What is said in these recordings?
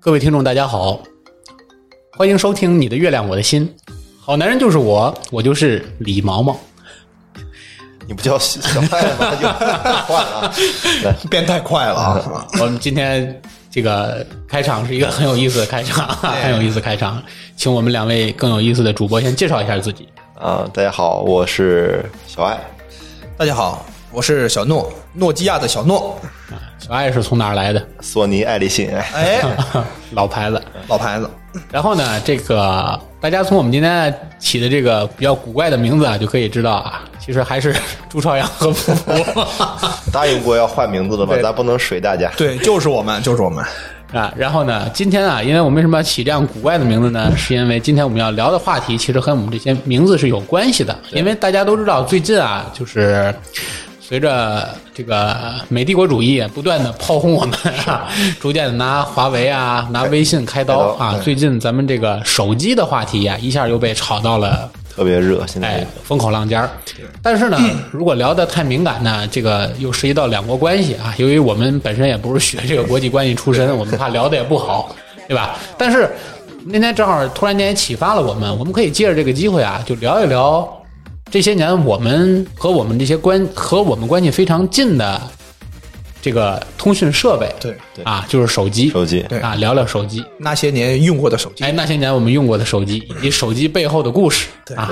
各位听众，大家好，欢迎收听《你的月亮我的心》，好男人就是我，我就是李毛毛，你不叫小太吗？就换了，来，变太快了啊！我们今天这个开场是一个很有意思的开场， 很有意思的开场，请我们两位更有意思的主播先介绍一下自己。啊，大家好，我是小爱，大家好，我是小诺，诺基亚的小诺，小爱是从哪儿来的？索尼爱立信。哎，哎， 老牌子。老牌子，然后呢，这个大家从我们今天起的这个比较古怪的名字啊，就可以知道啊，其实还是朱朝阳和夫 妇。答应过要换名字的嘛，对咱不能水大家。对，就是我们，就是我们，啊，然后呢，今天啊，因为我们为什么要起这样古怪的名字 呢？是因为今天我们要聊的话题其实和我们这些名字是有关系的。因为大家都知道，最近啊，就是随着这个美帝国主义不断的炮轰我们啊，逐渐的拿华为啊、拿微信开刀开刀啊，最近咱们这个手机的话题呀、啊一下又被炒到了特别热，现在哎，风口浪尖儿。但是呢，如果聊得太敏感呢，这个又涉及到两国关系啊。由于我们本身也不是学这个国际关系出身，我们怕聊的也不好，对吧？但是那天正好突然间也启发了我们，我们可以借着这个机会啊，就聊一聊这些年我们和我们这些关和我们关系非常近的这个通讯设备，对对啊，就是手机，手机对啊，聊聊手机。那些年用过的手机，哎，那些年我们用过的手机，以及手机背后的故事啊，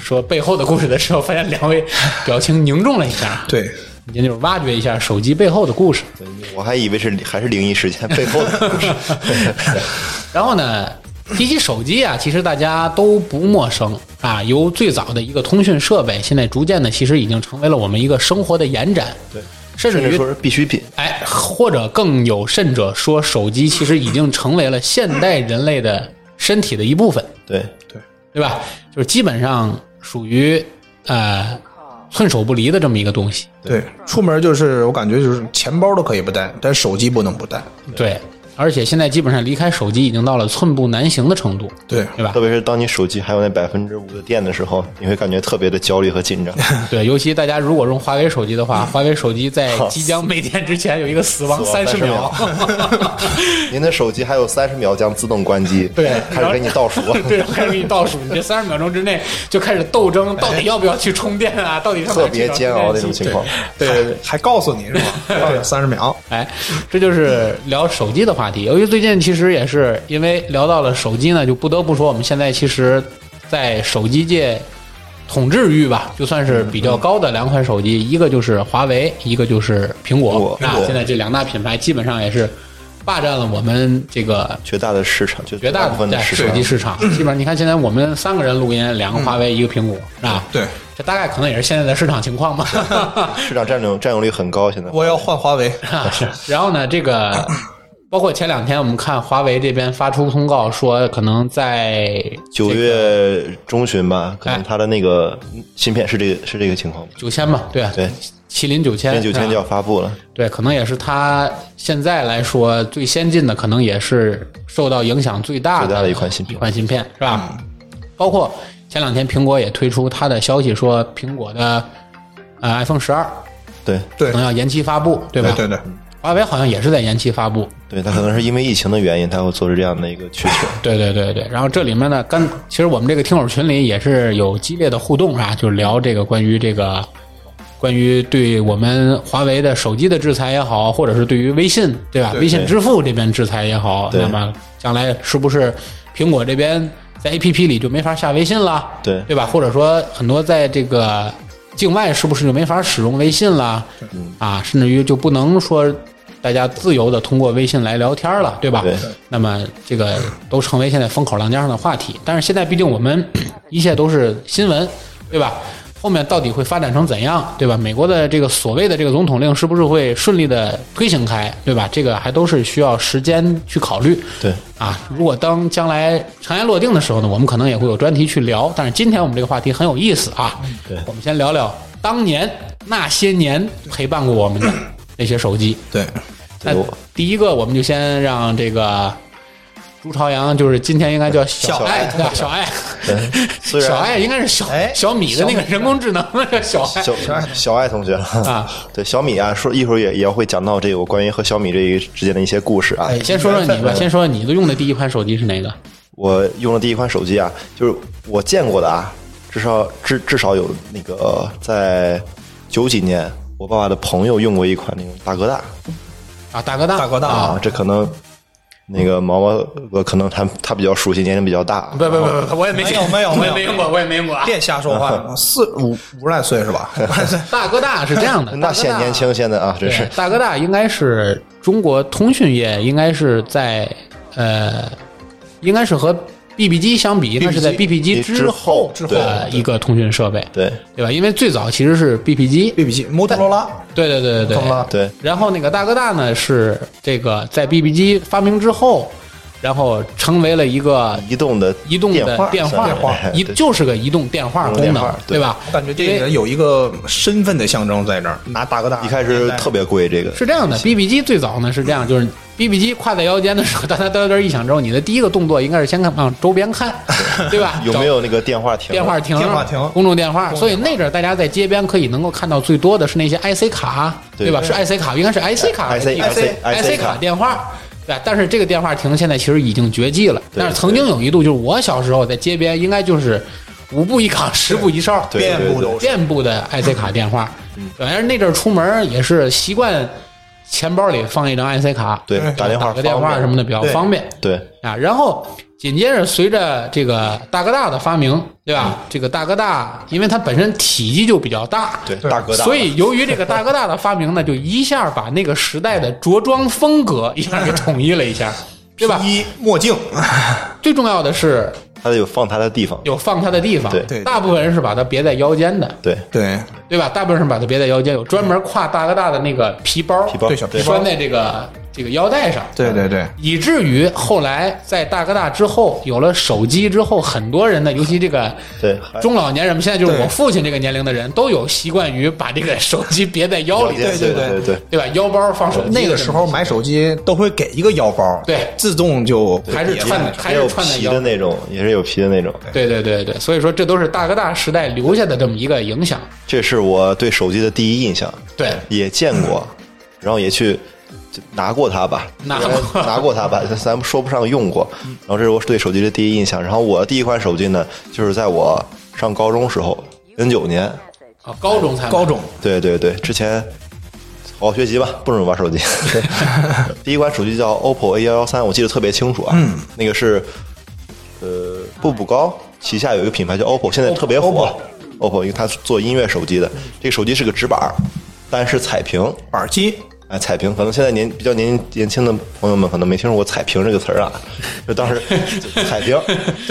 说背后的故事的时候，发现两位表情凝重了一下，嗯对，您就是挖掘一下手机背后的故事。我还以为是还是灵异事件背后的故事。然后呢，提起手机啊，其实大家都不陌生啊。由最早的一个通讯设备，现在逐渐的，其实已经成为了我们一个生活的延展，对，甚甚至至于说是必需品。哎，或者更有甚者说，手机其实已经成为了现代人类的身体的一部分。对，对吧？就是基本上属于呃寸手不离的这么一个东西。对，出门就是我感觉就是钱包都可以不带，但手机不能不带，对，而且现在基本上离开手机已经到了寸步难行的程 度，对，对吧特？别是当你手机还有那百分之五的电的时候，你会感觉特别的焦虑和紧 张。对，尤其大家如果用华为手机的话，华为手机在即将没电之前有一个死亡嗯 死三亡十秒。 您的手机还有三十秒将自动关机，对开始给你倒数。 对，然后开始给你倒数，你这三十秒钟之内就开始斗争，到底要不要去充电啊？到底上哪特儿去别找煎充熬电那种器情况，对对对，还告诉你是 吧？三十秒，哎，这就是聊手机的话题。由于最近其实也是因为聊到了手机呢，就不得不说我们现在其实，在手机界统治欲吧，就算是嗯比较高的两款手机，一个就是华为，一个就是苹苹果果。那苹果现在这两大品牌基本上也是霸占了我们这个绝大的市场，就绝大部分的在市手场嗯机市场。基本上你看，现在我们三个人录音，两个华为，一个苹果，啊，对，这大概可能也是现在的市场情况吧。市场占有占有率很高，现在我要换华为， 啊，是。然后呢，这 个包括前两天我们看华为这边发出通告说，可能在九月中旬吧，可哎能它的那个芯片是这个是这个情况，九千嘛，对啊，对，麒麟九千，啊那九千就要发布了，对，可能也是它现在来说最先进的，可能也是受到影响最大的最大的一款芯片嗯一款芯片是吧？包括前两天苹果也推出它的消息说，苹果的呃 iPhone 十二对对可能要延期发布，对吧？嗯对对对，华为好像也是在延期发布，对，它可能是因为疫情的原因，它会做出这样的一个取舍，对对对对，然后这里面呢，刚其实我们这个听友群里也是有激烈的互动啊，就是聊这个关于这个关于对我们华为的手机的制裁也好，或者是对于微信对吧？对微信支付这边制裁也好，对那么将来是不是苹果这边在 APP 里就没法下微信了？对对吧？或者说很多在这个境外是不是就没法使用微信了？嗯啊，甚至于就不能说大家自由的通过微信来聊天了，对吧？对那么这个都成为现在风口浪尖上的话题。但是现在毕竟我们一切都是新闻，对吧？后面到底会发展成怎样，对吧？美国的这个所谓的这个总统令是不是会顺利的推行开，对吧？这个还都是需要时间去考虑。对，啊，如果当将来尘埃落定的时候呢，我们可能也会有专题去聊。但是今天我们这个话题很有意思啊，对我们先聊聊当年那些年陪伴过我们的那些手机。对，那对我第一个，我们就先让这个朱朝阳就是今天应该叫小爱，爱对吧小爱， 虽然小爱应该是小哎小米的那个人工智能， 哎小爱小小爱小爱同学啊，对小米啊，说一会儿也也会讲到这个关于和小米这一之间的一些故事啊。哎先说说你 吧，先说说你的用的第一款手机是哪个？我用的第一款手机啊，就是我见过的啊，至少至至少有那个、呃在九几年，我爸爸的朋友用过一款那种大哥大啊，大哥大，大哥大啊，这可能那个毛毛呃可能他他比较熟悉，年龄比较大，不不不不，我也没没有没有我也没没用过，我也没用过 啊。别瞎说话，四五五十来岁是 吧？大哥大是这样的，那显年轻现在啊，真对，是大哥大应该是中国通讯业，应该是在呃，应该是和 BB 机相比，应该是在 BB 机之之后之后的一个通讯设备，对对吧？因为最早其实是 BB 机， B B 机、摩托罗拉，对对对对懂对了。对然后那个大哥大呢，是这个在 BB 机发明之后，然后成为了一个移动的移动的电话，算是哎一对就是个移动电话功移动能电话，对吧？感觉这个有一个身份的象征在这儿，拿大哥大。一开始特别贵这个是这样的，BB 机最早呢是这样，就是 BB 机挎在腰间的时候，当它叨叨一响之后，你的第一个动作应该是先看往周边看，对吧？ 有没有那个电话找亭？电话亭、电话亭公众电话？所以那阵儿大家在街边可以能够看到最多的是那些 IC 卡，对吧？是 IC 卡，应该是 IC 卡 IC IC IC 卡卡电话。对吧，但是这个电话亭现在其实已经绝迹了。对但是曾经有一度，就是我小时候在街边，应该就是五步一岗，十步一哨，对遍对布对都是。遍布的 IC 卡电话。对，但是那阵儿出门也是习惯钱包里放一张 IC 卡，对打电话哎打个电话方便什么的比较对方便对啊。然后紧接着随着这个大哥大的发明，对吧？嗯这个大哥大，因为它本身体积就比较大，对大哥大，所以由于这个大哥大的发明呢，就一下把那个时代的着装风格一下给统一了一下，嗯 对吧？一墨镜，最重要的是它有放它的地方，有放它的地方，对对大部分人是把它别在腰间的，对对，对吧？大部分人是把它别在腰间，有专门挎大哥大的那个皮包，皮包对小皮包拴在这个这个腰带上，对对对，以至于后来在大哥大之后有了手机之后，很多人呢，尤其这个对中老年人们，现在就是对我父亲这个年龄的人，都有习惯于把 这个手机别在腰里的对习对惯，对对，对吧？腰包放手机，那个时候买手机都会给一个腰包，对自动就还是穿串的，还也有是串在皮腰的。那种，也是有皮的那种。对对对对，所以说这都是大哥大时代留下的这么一个影响。这是我对手机的第一印象，对，也见过，然后也去就拿过它吧，拿虽然过 拿过它吧，咱们说不上用过。然后这是我对手机的第一印象。然后我第一款手机呢，就是在我上高中时候，零九年，啊，高中才买高中对对对，之前好好学习吧，不准玩 手机。第一款手机叫 OPPO A 幺幺三，我记得特别清楚啊，嗯那个是呃步步高旗下有一个品牌叫 OPPO，现在特别火。OPPO，因为它是做音乐手机的，这个手机是个直板儿，但是彩屏。耳机，哎，彩屏可能现在年比较年年轻的朋友们可能没听说过彩屏这个词儿啊，就当 时就彩屏，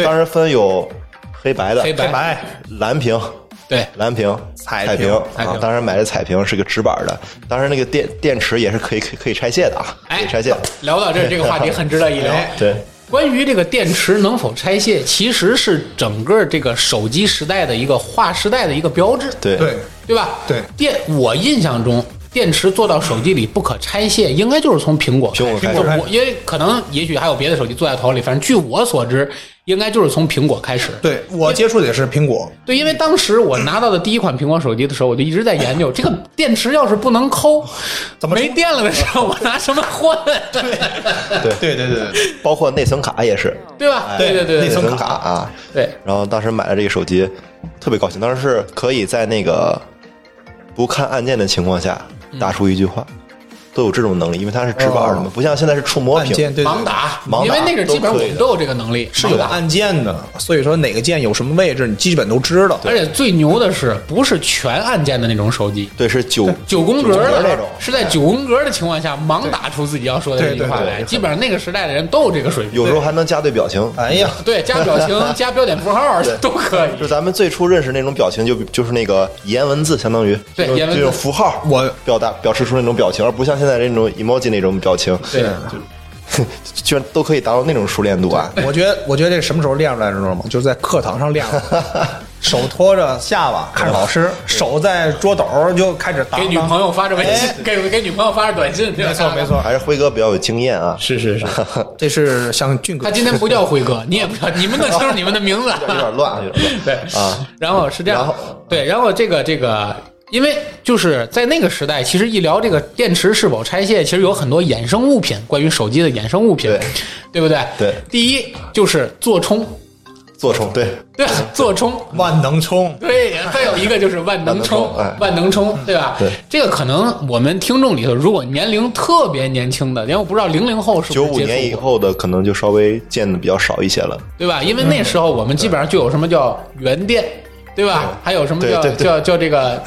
当时分有黑白的、黑白白蓝屏、对蓝屏、彩屏屏彩啊屏。当时买的彩屏是个直板的，当时那个电电池也是可以可以可以拆卸的啊，可哎以拆卸。聊到这儿，这个话题很值得一聊。哎对关于这个电池能否拆卸，其实是整个这个手机时代的一个划时代的一个标志，对对，对吧？对电我印象中，电池做到手机里不可拆卸，应该就是从苹果开始。苹果开始就我因为可能也许还有别的手机做在头里，反正据我所知，应该就是从苹果开始。对我接触的也是苹果，对，因为当时我拿到的第一款苹果手机的时候，我就一直在研究，这个电池要是不能抠，怎么没电了的时候，我拿什么换？对对对对对，包括内存卡也是，对吧？对对对哎内对存卡啊。对。然后当时买了这个手机，特别高兴，当时是可以在那个不看按键的情况下打出一句话，都有这种能力，因为它是直板的嘛，不像现在是触摸按键屏。对对对盲打，盲打因为那个基本上我们都有这个能力，是有按键的，所以说哪个键有什么位置，你基本都知道。而且最牛的是，不是全按键的那种手机，对，是九九宫格啊九的格那种是在九宫格的情况下盲打出自己要说的这句话对对对来，基本上那个时代的人都有这个水平。有时候还能加对表情。哎呀，对，加表情、加标点符号都可以就。是咱们最初认识那种表情，就就是那个颜文字，相当于对就是颜文字这种符号，我表达表示出那种表情，而不像现在这种 emoji 那种表情，对， 居然 都可以达到那种熟练度啊！ 我觉得我觉得这什么时候练出来，知道吗？就是在课堂上练出来。手托着下巴看着老师，手在桌斗儿就开始打给女朋友发着微信，给给女朋友发着短信，没没错没。错，还是辉哥比较有经验啊。是是是，这是像俊哥他今天不叫辉哥，你也不叫，你们能听着你们的名字。有点乱啊，有点乱。 对啊，然后是这然样后，嗯对，然后这个这个，因为就是在那个时代，其实一聊这个电池是否拆卸，其实有很多衍生物品，关于手机的衍生物品，对对不对？对第一就是座充，做冲对，对吧，座充。 万能充，对，再有一个就是万能充万能充哎，万能充，对吧？对，这个可能我们听众里头，如果年龄特别年轻的，因为我不知道零零后是九不是五接触年以过后的可能就稍微见的比较少一些了。对吧？因为那时候我们基本上就有什么叫原电，对吧？还有什么对叫对对叫叫这 个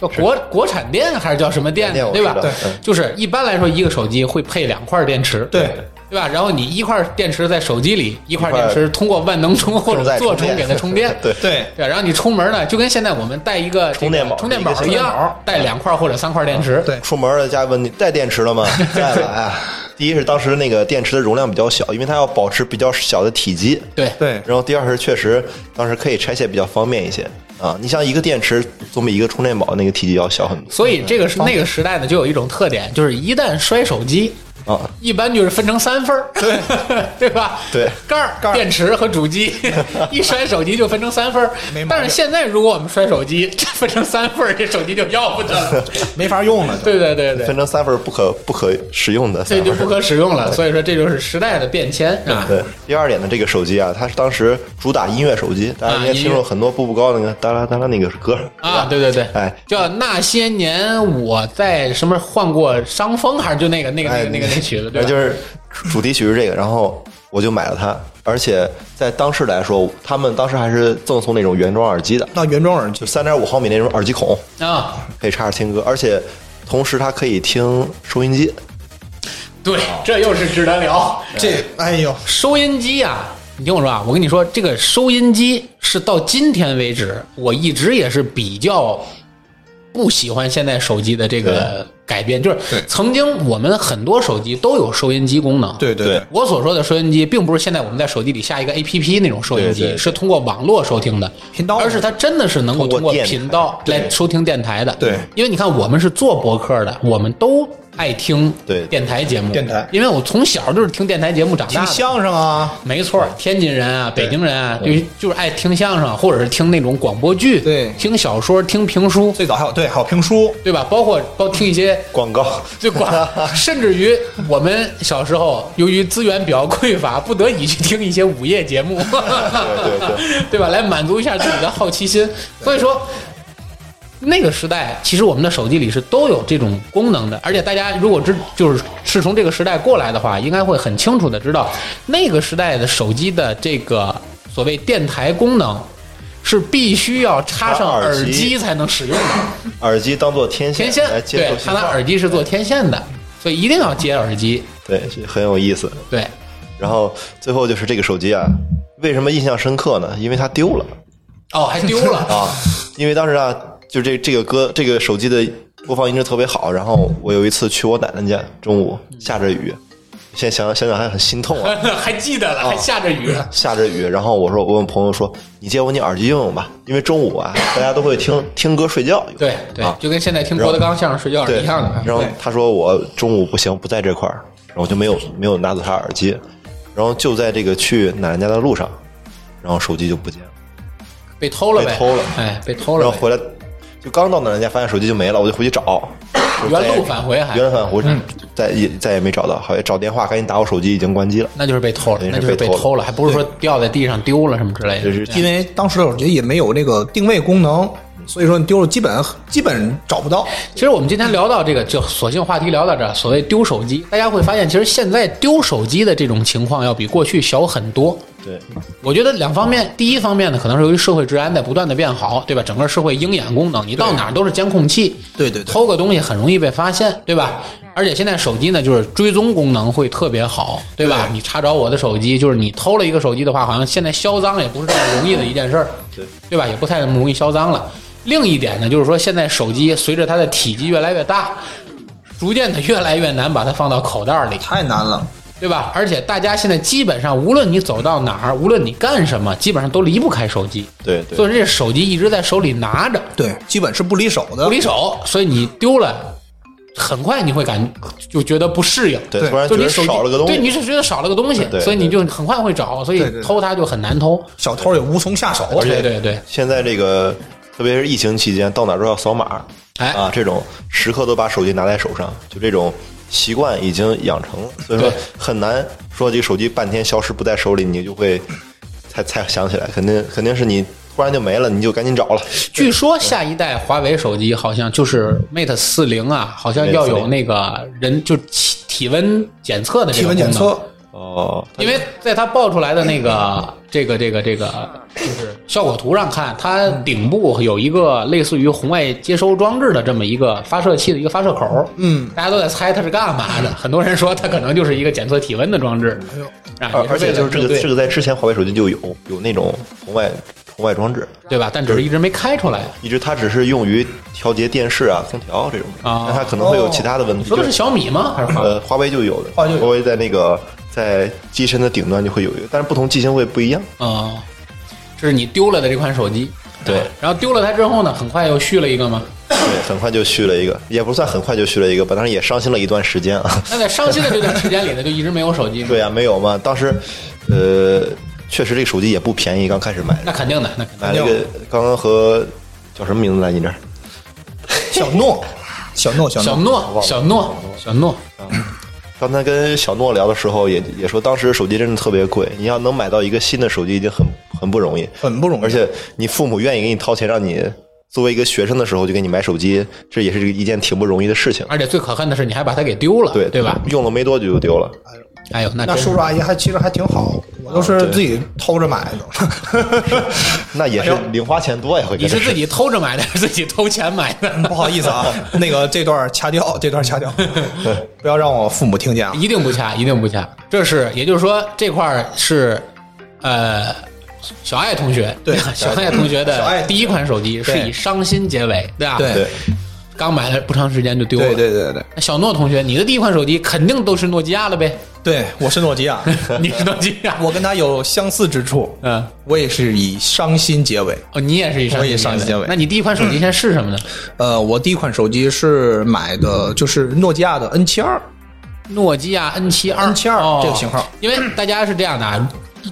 叫国国产电还是叫什么电原，电我对吧？知道对嗯就是一般来说一个手机会配两块电池，对对吧？然后你一块电池在手机里，一块一块电池通过万能充或正在者座充 充电给它充电 ，对对对，然后你出门呢，就跟现在我们带一个这个充电宝充电宝一个一小电样，带两块或者三块电池，对出门了，家问你带电池 了吗？带了哎呀。第一是当时那个电池的容量比较小，因为它要保持比较小的体积。对对然后第二是确实当时可以拆卸比较方便一些啊。你像一个电池总比一个充电宝那个体积要小很多所以这个是那个时代呢，就有一种特点，就是一旦摔手机，啊。一般就是分成三份儿，对 对吧？对盖儿、盖儿电池和主 机，一摔手机就分成三份儿没。毛病但是现在如果我们摔手机，这分成三份儿，这手机就要不得 了。没法用了就。对对对对分，成三份不可不可使用的三这份就不可使用了。所以说这就是时代的变迁啊。对，第二点呢，这个手机啊，它是当时主打音乐手机，大家应该听说很多步步高那个哒啦哒啦那个歌啊，对对对，哎叫那些年我在什么患过伤风，还是就那个那个那哎个那个那个曲子，对吧？然后 就是主题曲是这个，然后我就买了它，而且在当时来说，他们当时还是赠送那种原装耳机的，那原装耳机就三点五毫米那种耳机孔，啊，可以插着听歌，而且同时它可以听收音机，对，这又是值得聊。这，哎呦，收音机啊，你听我说啊，我跟你说，这个收音机啊是到今天为止，我一直也是比较不喜欢现在手机的这个改变，就是对曾经我们很多手机都有收音机功能，对对对对，我所说的收音机，并不是现在我们在手机里下一个 APP 那种收音机，对对对是通过网络收听的频道而是它真的是能够通通过过频道来收听电台的。对因为你看我们是做博客的，我们都爱听对电台节目，电台因为我从小就是听电台节目长大听的。相声啊，没错，天津人啊，北京人啊，就是就是爱听相声，或者是听那种广播剧，对听小说，听评书，最早还有对，还有评书，对吧？包括包括听一些广告。就广，甚至于我们小时候，由于资源比较匮乏，不得已去听一些午夜节目， 对对对，吧？来满足一下自己的好奇心。所以说，那个时代，其实我们的手机里是都有这种功能的，而且大家如果知就是是从这个时代过来的话，应该会很清楚的知道，那个时代的手机的这个所谓电台功能。是必须要插上插耳耳机机才能使用的，耳机当做天线天线来，接对受，它信拿号，耳机是做天线的，所以一定要接耳机。对，这很有意思。对，然后最后就是这个手机啊，为什么印象深刻呢？因为它丢了哦，还丢了，啊，因为当时啊，就这这个歌这个手机的播放音质特别好。然后我有一次去我奶奶家，中午下着雨，现在想想想还很心痛啊， 还记得了，还下着雨。下着雨。然后我说我问朋友说，你借我你耳机用用吧，因为中午啊大家都会听听歌睡觉。对对啊，就跟现在听郭德纲相声睡觉是对，一样的。然后他说我中午不行，不在这块儿，然后我就没有没有拿走他耳机，然后就在这个去奶奶家的路上，然后手机就不见了，被偷了呗，被偷了哎，被偷然了后呗。回来就刚到奶奶家，发现手机就没了，我就回去找，就再 也原路返回还嗯原路返回，再也再也没找到，好像找电话赶紧打我手机已经关机了，那就是被偷了，人那是就是被被偷了偷了，还不是说掉在地上丢了什么之类就的。是因为当时的手机也没有那个定位功能，所以说你丢了基本基本找不到。其实我们今天聊到这个，就索性话题聊到这儿。所谓丢手机，大家会发现，其实现在丢手机的这种情况要比过去小很多。对我觉得两方面，第一方面呢，可能是由于社会治安在不断的变好，对吧？整个社会鹰眼功能，你到哪儿都是监控器，对对对偷个东西很容易被发现，对吧？而且现在手机呢，就是追踪功能会特别好，对吧？你查找我的手机，就是你偷了一个手机的话，好像现在销赃也不是这么容易的一件事儿，对对吧？也不太那么容易销赃了。另一点呢，就是说现在手机随着它的体积越来越大，逐渐的越来越难把它放到口袋里，太难了，对吧？而且大家现在基本上，无论你走到哪儿，无论你干什么，基本上都离不开手机。对对所以这手机一直在手里拿着，对，基本是不离手的不。离手，所以你丢了，很快你会感就觉得不适应。对，对突然就觉你得手机少了个东对，你西，是觉得少了个东西对，对所以你就很快会找，所以对对对偷它就很难偷。小偷也无从下手。而对且对对，现在这个特别是疫情期间，到哪儿都要扫码，哎啊，这种时刻都把手机拿在手上，就这种习惯已经养成了，所以说对很难说这个手机半天消失不在手里，你就会才才想起来，肯定肯定是你突然就没了，你就赶紧找了。据说下一代华为手机好像就是 Mate 四零啊，好像 Mate 要40有那个人就体体温检测的这体个温检功能测，哦，因为在它爆出来的那个这个这个这个就是效果图上看，它顶部有一个类似于红外接收装置的这么一个发射器的一个发射口，嗯，大家都在猜它是干嘛的。很多人说它可能就是一个检测体温的装置，啊而，也而且为了就是这应个对这个在之前华为手机就有有那种红外红外装置，对吧？但只是一直没开出来。一直它只是用于调节电视啊、空调这种，哦但它可能会有其他的问你题。说的是哦就小米吗？还是华为？呃，华为就有的，华为就有华为在那个在机身的顶端就会有一个，但是不同机型会不一样。啊，这是你丢了的这款手机。啊对然后丢了它之后呢，很快又续了一个嘛。对，很快就续了一个，也不算很快就续了一个吧，但是也伤心了一段时间啊。 那在伤心的这段时间里呢，就一直没有手机。，对啊，没有嘛，当时，呃，确实这个手机也不便宜，刚开始买那肯定的，那肯定买了一个，刚刚和叫什么名字来你这儿？小诺，小诺，的。小小诺，诺，小诺，小诺，刚才跟小诺聊的时候也也说，当时手机真的特别贵，你要能买到一个新的手机已经很很不容易，很不容易。而且你父母愿意给你掏钱让你作为一个学生的时候就给你买手机，这也是一件挺不容易的事情。而且最可恨的是，你还把它给丢了，对对吧？？用了没多久就丢了，哎呦，那那真叔叔阿姨还其实还挺好，我都是对自己偷着买的。 那也哎是零花钱多呀，会你觉得是自己偷着买的， 还是自己偷钱买的？不好意思啊，那个这段掐掉，这段掐掉，不要让我父母听见啊。一定不掐，一定不掐。这是，也就是说，这块儿是，呃，小爱同学，对小爱同学小爱的第一款手机是对以伤心结尾，对吧？对对，刚买了不长时间就丢了。对对对对那小诺同学，你的第一款手机肯定都是诺基亚了 呗？对，我是诺基亚，你是诺基亚，我跟他有相似之处。嗯，我也是以伤心结尾。哦，你也是以上我也上一结尾那你第一款手机现在是什么呢？呃，我第一款手机是买的就是诺基亚的 N 七二，诺基亚 N 七二哦 N72 这个型号，因为大家是这样的啊。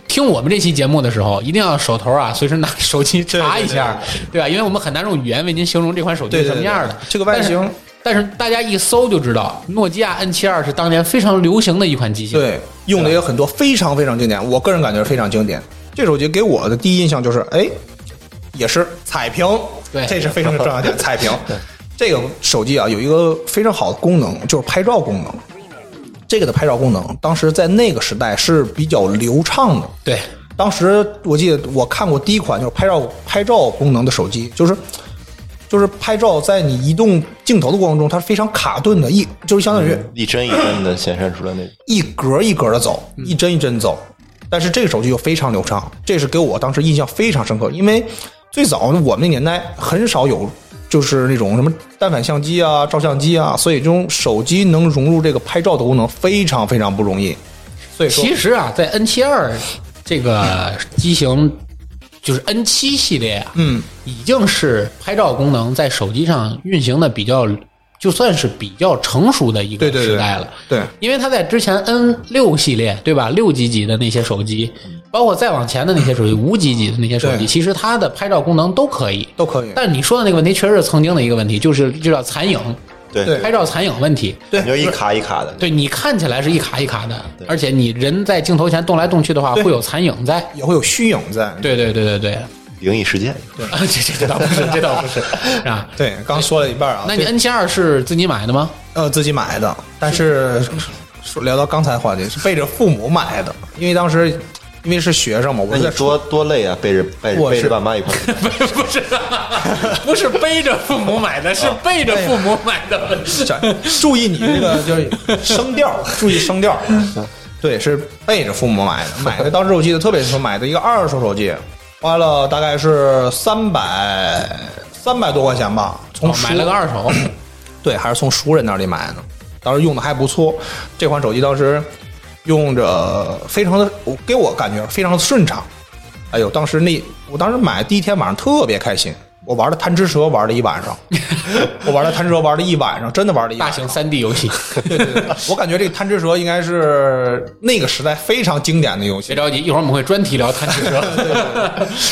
听我们这期节目的时候，一定要手头啊，随时拿手机查一下，对吧？因为我们很难用语言为您形容这款手机对是对什么样的对对这个外形但是。但是大家一搜就知道，诺基亚 N 七二是当年非常流行的一款机型。，对，用的也很多，非常非常经典。我个人感觉非常经典。这手机给我的第一印象就是，哎，也是彩屏，对这是非常重要的点，彩屏。这个手机啊，有一个非常好的功能，就是拍照功能。这个的拍照功能，当时在那个时代是比较流畅的。对，当时我记得我看过第一款就是拍照拍照功能的手机，就是就是拍照在你移动镜头的过程中，它是非常卡顿的，一就是相当于一帧一帧的显示出来那种。一格一格的走，嗯一帧一帧走。但是这个手机又非常流畅，这是给我当时印象非常深刻，因为最早我们那年代很少有就是那种什么单反相机啊、照相机啊，所以这种手机能融入这个拍照的功能非常非常不容易。所以说，其实啊，在 N 七二这个机型，就是 N 七系列啊，嗯，已经是拍照功能在手机上运行的比较，就算是比较成熟的一个对对对时代了。对因为它在之前 N 六系列，对吧？六几几的那些手机，包括再往前的那些手机，五几几的那些手对机，其实它的拍照功能都可以。都可以。但是你说的那个问题，确实是曾经的一个问题，就是这叫残影，对对拍照残影问题。对你就一卡一卡的。对你看起来是一卡一卡的，对而且你人在镜头前动来动去的话，对会有残影在。也会有虚影在。对对对对对， 灵异事件，啊，这这这倒不是，这倒不 是啊。对，刚说了一半啊。那你这 N 七二是自己买的吗？呃自己买的，但是说聊到刚才话题是背着父母买的，因为当时因为是学生嘛，那我你在多多累啊，背着背着我是背着爸妈一块儿。不是， 不是背着父母买的，是背着父母买的。 想注意你这个就是声调，注意声调。啊对，是背着父母买的，买的当时我记得特别清楚，买的一个二手手机，花了大概是三百三百多块钱吧，从我哦买了个二手，对，还是从熟人那里买的，当时用的还不错。这款手机当时用着非常的，我给我感觉非常的顺畅。哎呦，当时那我当时买第一天晚上特别开心，我玩了贪吃蛇玩了一晚上， 我玩了贪吃蛇玩了一晚上，真的玩了一大晚型上。三 D 游 戏， 我感觉这个贪吃蛇应该是那个时代非常经典的游别戏。着急，一会儿我们会专题聊贪吃蛇。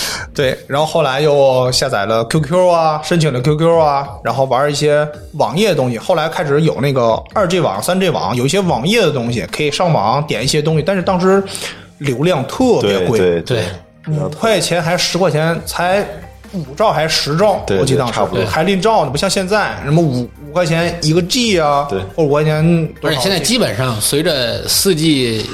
对，然后后来又下载了 QQ 啊，申请了 QQ 啊，然后玩一些网页的东西。后来开始有那个二 G 网、三 G 网，有一些网页的东西可以上网点一些东西，但是当时流量特别对贵，对对，五块钱还是十块钱，才五兆还是十兆，对我记得当对差不时多还吝兆呢，不像现在什么五五块钱一个 G 啊，对或者五块钱多而且少现在 G 基本上随着四 G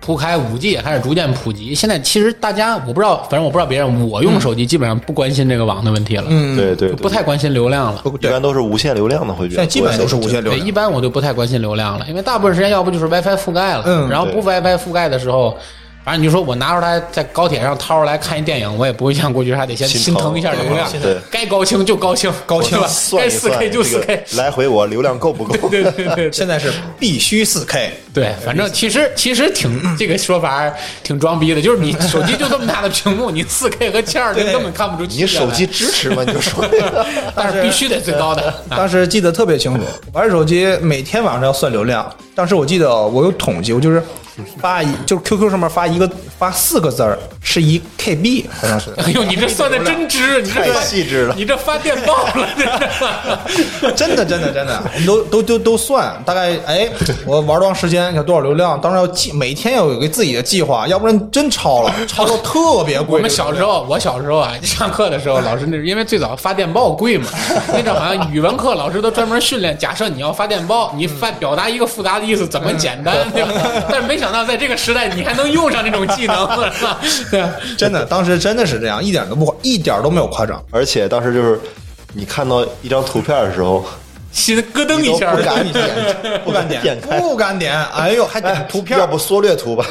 铺开，五 G 也开始逐渐普及。现在其实大家我不知道，反正我不知道别人，我用手机基本上不关心这个网的问题了，嗯，对对，不太关心流量了。不一对，般都是无限流量的会比现较多在一些，基本都是无限流对，量一。般我就不太关心流量了，因为大部分时间要不就是 WiFi 覆盖了，嗯然后不 WiFi 覆盖的时候，反正你就说我拿出来在高铁上掏出来看一电影，我也不会像过去还得先心心疼疼一下流量对对，该高清就高清，高我吧，算该一四算 K 就四这 K，个来回我流量够不 够？对 对啊对对。现在是必须四 K，对，反正其嗯实其实挺这个说法挺装逼的，就是你手机就这么大的屏幕，你四 K 和七二零对根本看不出区别你手来机，支持吗？你就说 但是必须得最高的。啊当时记得特别清楚，玩手机每天晚上要算流量。当时我记得我有统计，我就是发一就是 QQ 上面发一个发四个字儿是一 KB，好 像是。 哎呦，你这算的真值，你这太算细致了你这发电报了，这是。真的，真的，真的，我们都都都都算，大概哎，我玩多长时间，有多少流量？当然要计，每天要有一个自己的计划，要不然真超了，超到特别贵。 我们小时候，我小时候啊， 上课的时候，老师那是因为最早发电报贵 嘛，那阵好像语文课老师都专门训练，假设你要发电报，你嗯发表达一个复杂的意思怎么简单， 对吧？但是没想到在这个时代，你还能用上这种技能，是吧？ 对啊，真的，当时真的是这样，一点都不夸，一点都没有夸张。而且当时就是你看到一张图片的时候，心咯噔一你下都儿不，敢你点，不 敢点开不敢点。哎呦，还 点图片要。不缩略图吧？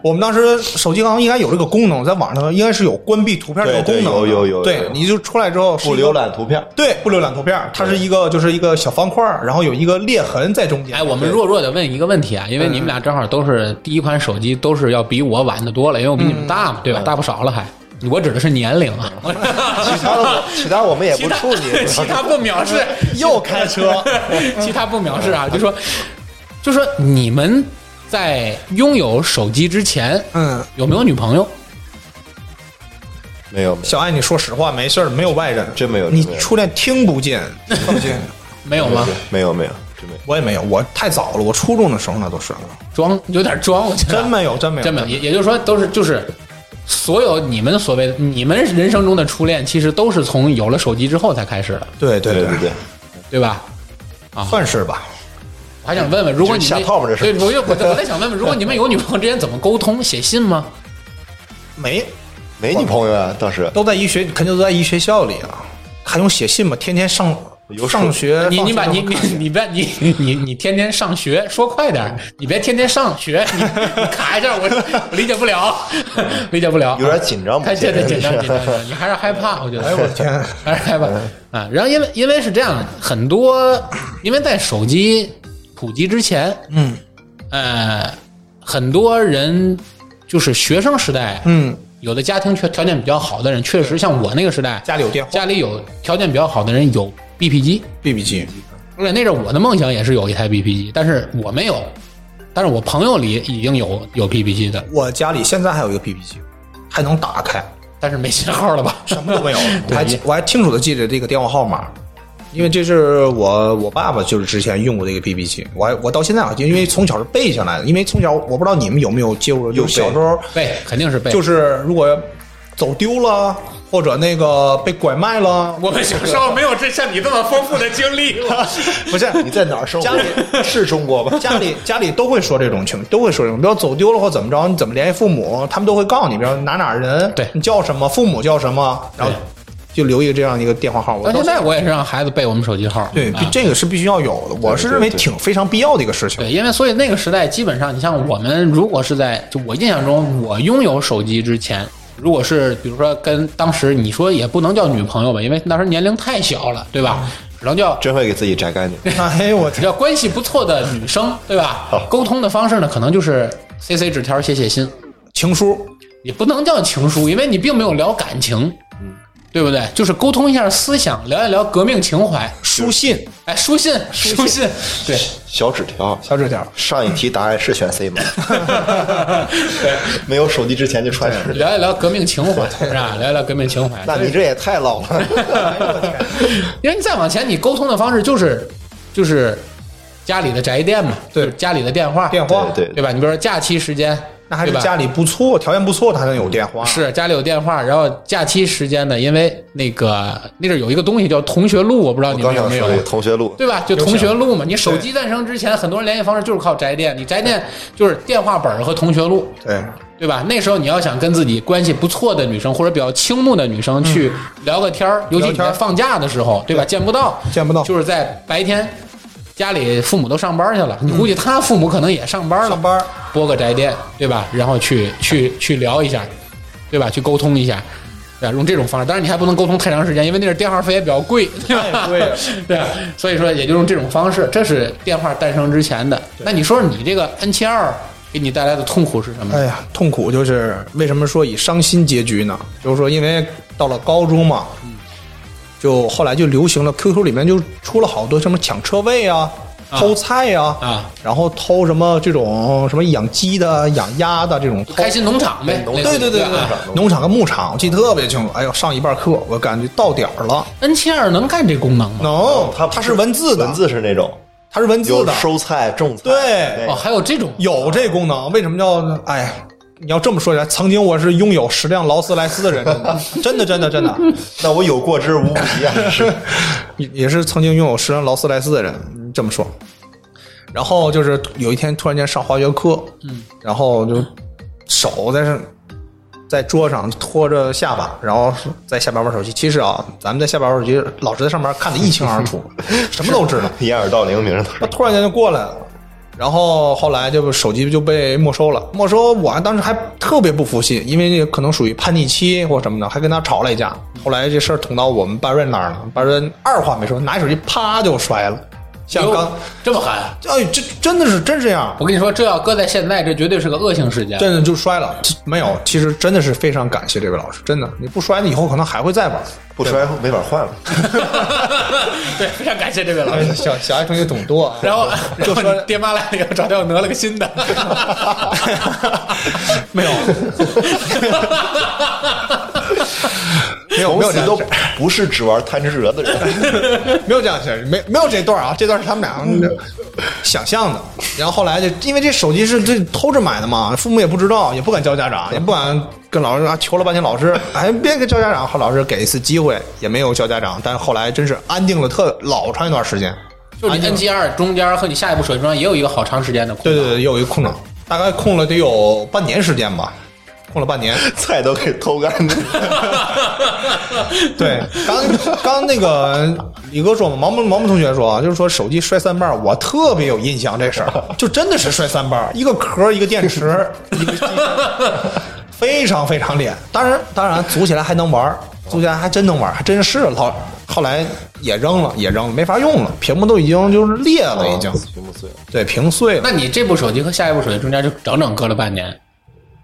我们当时手机好像应该有这个功能，在网上应该是有关闭图片这个功对对能有的。有有对有，你就出来之后是不一个浏览图片，对，不浏览图片，它是一个就是一个小方块儿，然后有一个裂痕在中间。哎，我们弱弱的问一个问题啊，因为你们嗯俩正好都是第一款手机，都是要比我晚的多了，因为我比你嗯们大嘛，对吧？大不少了还。我指的是年龄啊，，其他的我嗯其他我们也不处理 其他不藐视，又开车， 其他不藐视啊，就说，就说你们在拥有手机之前， 嗯，有没有女朋友？ 没有没有小爱，你说实话，没事儿，没有外人，真没有你真没有初恋听不见， 放心，没有吗？没有没有真没有。我也没有，我太早了，我初中的时候那都是，装有点装，我觉得真没有，真没有，真没有。也也就是说，都是就是所有你们所谓的你们人生中的初恋，其实都是从有了手机之后才开始的，对对对对对，对吧？算是吧。我还想问问，如果你这们是下套吗这对，是我就我在我在想问问，如果你们有女朋友之间怎么沟通？写信吗？没，没女朋友啊，当时都在一学，肯定都在一学校里啊，还用写信吗？天天上有手上学， 你你把放你学你都看你别你你你你天天上学，说快点儿，你别天天上学，你你卡一下，我我理解不了，理解不了，有点紧张太紧张紧张不紧张， 你还是害怕，我觉得，哎我的 天，嗯还是害怕啊。然后因为因为是这样，很多因为在手机普及之前，嗯呃，很多人就是学生时代，嗯，有的家庭确条件比较好的人，确实像我那个时代，家里有电话家里有条件比较好的人有 BP 机， ，B B 机，而且那阵我的梦想也是有一台 BP 机，但是我没有，但是我朋友里已经有有 BP 机的，我家里现在还有一个 B B 机，还能打开，但是没信号了吧？什么都没有，我还记我还清楚的记得这个电话号码。因为这是我我爸爸就是之前用过的一个 BB 机，我还我到现在啊，因为从小是背下来的，因为从小我不知道你们有没有接触过，就背是小时候背肯定是背，就是如果走丢了或者那个被拐卖了，我们小时候没有这像你这么丰富的经 历，不是你在哪儿生家里活？是中国吗？家里家里都会说这种情，都会说这种，比如走丢了或怎么着，你怎么联系父母，他们都会告诉你，比如哪哪人，对你叫什么，父母叫什么，然后就留一个这样一个电话号。我到到现在我也是让孩子背我们手机号，对、啊这个是必须要有的，我是认为挺非常必要的一个事情。对，因为所以那个时代基本上，你像我们如果是在就我印象中，我拥有手机之前，如果是比如说跟当时你说也不能叫女朋友吧，因为当时年龄太小了，对吧？只能叫真会给自己摘干净。 哎呦我只要关系不错的女生，对吧好？沟通的方式呢，可能就是 C C 纸条、写写信，情书也不能叫情书，因为你并没有聊感情，嗯，对不对？就是沟通一下思想，聊一聊革命情怀。书信哎，书信，书信，对，小纸条，小纸条，上一题答案是选 C 吗？没有手机之前就穿上。聊一聊革命情怀，是吧？聊一聊革命情怀。那你这也太老了。因为你再往前，你沟通的方式就是就是家里的宅电嘛，对就是家里的电话，电话对对吧？你比如说假期时间，那还是对吧家里不错，条件不错的还能有电话。是家里有电话，然后假期时间呢，因为那个那阵儿有一个东西叫同学录，我不知道你刚们有想没有说，有同学录，对吧？就同学录嘛，你手机诞生之前，很多人联系方式就是靠宅电，你宅电就是电话本儿和同学录，对，对吧？那时候你要想跟自己关系不错的女生或者比较倾慕的女生去聊个天儿，尤其你聊天在儿放假的时候，对吧？见不到，见不到就是在白天，家里父母都上班去了，你估计他父母可能也上班了，上班拨个宅电，对吧？然后去去去聊一下，对吧？去沟通一下。对吧？用这种方式，当然你还不能沟通太长时间，因为那是电话费也比较贵，对吧？太贵了 对吧，所以说也就用这种方式，这是电话诞生之前的。那你说你这个 N 七二给你带来的痛苦是什么？哎呀，痛苦就是为什么说以伤心结局呢？就是说，因为到了高中嘛，就后来就流行了 QQ 里面就出了好多什么抢车位啊、啊偷菜呀、啊然后偷什么这种什么养鸡的、养鸭的这种偷。开心农场呗，农类似哎对于对对对吧啊对，农场跟牧场，我记得特别清楚。哎呦，上一半课，我感觉到点儿了。 N 七二能干这功能吗？ no，它它是文字的，哦文字是那种它是文字有的，收菜、种菜，哎对哦，还有这种有这功能，为什么叫？哎呀，你要这么说起来，曾经我是拥有十辆劳斯莱斯的人，真的，真的，真的，真的那我有过之无不及啊！ 是也也是曾经拥有十辆劳斯莱斯的人，你这么说。然后就是有一天突然间上化学课，嗯，然后就手在上在桌上托着下巴，然后在下边玩手机。其实啊，咱们在下边玩手机，老师在上面看得一清二楚，什么都知道。掩耳盗铃，名字他突然间就过来了，然后后来就手机就被没收了。没收，我还当时还特别不服气，因为那可能属于叛逆期或什么的，还跟他吵了一架。后来这事儿捅到我们班主任那儿了，班主任二话没说，拿起手机啪就摔了，像哟刚，这么狠。啊哎，这真的是真是这样。我跟你说，这要搁在现在，这绝对是个恶性事件。真的就摔了，这没有。其实真的是非常感谢这位老师，真的，你不摔，你以后可能还会再玩。不摔没法换了。 对，非常感谢这位老哎 师。小小爱同学懂多啊， 然后，然就后说你爹妈来了以后找掉挪了个新 的， 没有，没有，从 没有这此样都事不是只玩贪吃蛇的 人，没有这样的事儿，没没有这段儿啊，这段儿是他们俩想象的。然后后来就因为这手机是这偷着买的嘛，父母也不知道，也不敢教家长，也不敢跟老师啊求了半天，老师哎别给教家长，后老师给一次机会也没有教家长，但是后来真是安定了特老长一段时间， 就是你啊 N 七二中间和你下一步手机装也有一个好长时间的空对档。对对，有一个空档，大概空了得有半年时间吧，空了半年。菜都给偷 干净。对，刚刚那个李哥说嘛，毛毛毛毛同学说啊，就是说手机摔三瓣儿，我特别有印象这事儿，就真的是摔三瓣儿，一个壳儿，一个电池，一个机非常非常厉害。当然，当然，组起来还能玩儿，组起来还真能玩儿，还真是老。后来也扔了，也扔了，没法用了，屏幕都已经就是裂了，已经屏幕碎了，对屏碎了，那你这部手机和下一部手机中间就整整隔了半年。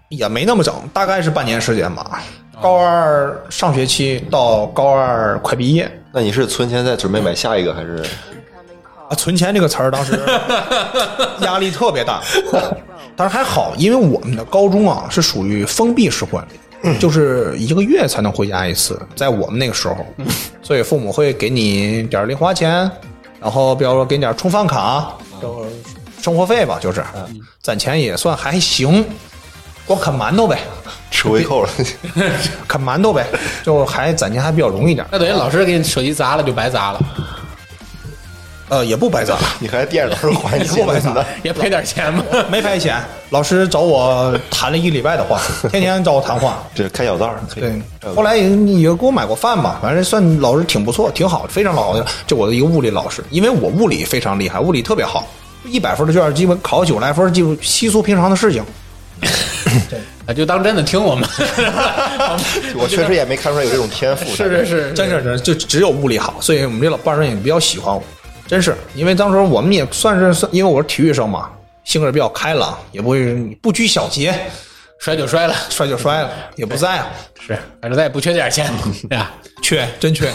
也没那么整，大概是半年时间吧。高二上学期到高二快毕业，那你是存钱再准备买下一个，还是啊，存钱这个词儿当时压力特别大，当然还好，因为我们的高中啊是属于封闭式管理，就是一个月才能回家一次，在我们那个时候，所以父母会给你点儿零花钱，然后比方说给你点儿充饭卡，就是生活费吧，就是攒钱也算还行，光啃馒头呗，吃回扣了？ 啃馒头呗，就还攒钱还比较容易点儿，那等于老师给你手机砸了就白砸了，呃，也不白攒。你还惦着老师还你 不白砸呢？也赔点钱嘛。没拍钱，老师找我谈了一礼拜的 话，天天找我谈话。这开小灶儿可以对，嗯这个后来也也给我买过饭吧，反正算老师挺不错，挺好，非常老的。就我的一个物理老师，因为我物理非常厉害，物理特别好，一百分的卷儿基本考九来分，就稀疏平常的事情。啊，就当真的听我们。 我确实也没看出来有这种天赋。 是是是，真是真是就只有物理好，所以我们这老伴儿人也比较喜欢我，真是因为当时我们也算是算，因为我是体育生嘛，性格比较开朗，也不会不拘小节，摔就摔了，摔就摔了，也不在乎，是，反正咱也不缺这点 钱，对吧？缺真 缺，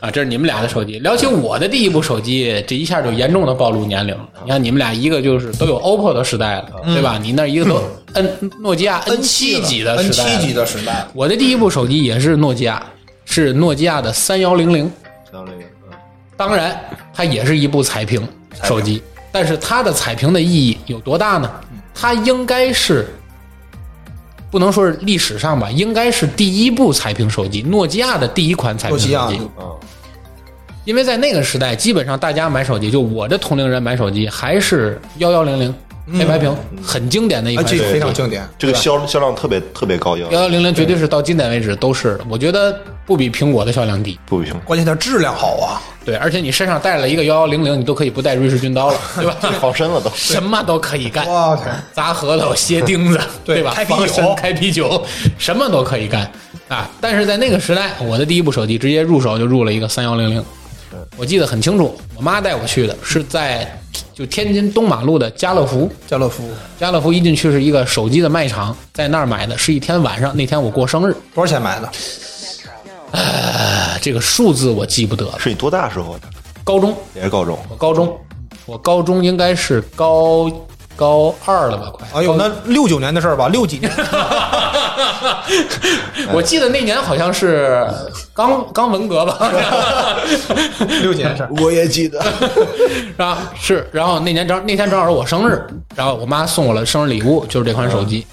啊，这是你们俩的手机。聊起我的第一部手机，这一下就严重的暴露年龄了。你看你们俩一个就是都有 OPPO 的时代了，对吧？你那一个都 N 诺基亚 N 七级的 N 时代七了级的时代了，我的第一部手机也是诺基亚，是诺基亚的三幺零零，当这个，嗯当然它也是一部彩屏手机，但是它的彩屏的意义有多大呢？它应该是不能说是历史上吧，应该是第一部彩屏手机，诺基亚的第一款彩诺屏基亚手机。嗯，因为在那个时代，基本上大家买手机，就我的同龄人买手机还是幺幺零零黑白屏，很经典的一啊，款手这机个非常经典。这个销销量特别特别高，要幺幺零零绝对是到今天为止都是，我觉得不比苹果的销量低。不 行，关键它质量好啊，对，而且你身上带了一个幺幺零零，你都可以不带瑞士军刀 了，对吧？好深了都。什么都可以干，哇天，砸核桃、歇钉子， 对吧？开啤酒防身、开啤酒，什么都可以干啊！但是在那个时代，我的第一部手机直接入手就入了一个三幺零零，我记得很清楚，我妈带我去的是在就天津东马路的家乐福，家乐福家乐福一进去是一个手机的卖场，在那儿买的，是一天晚上，那天我过生日多少钱买的？啊，这个数字我记不得了，是你多大时候的？啊高中也是高中。我高中，我高中应该是高高二了吧，快。哎呦，那六九年的事儿吧，六几年 我记得那年好像是刚刚文革吧，六几年的事儿，我也记得，是吧？是，然后那年正那天正好是我生日，然后我妈送我了生日礼物，就是这款手机，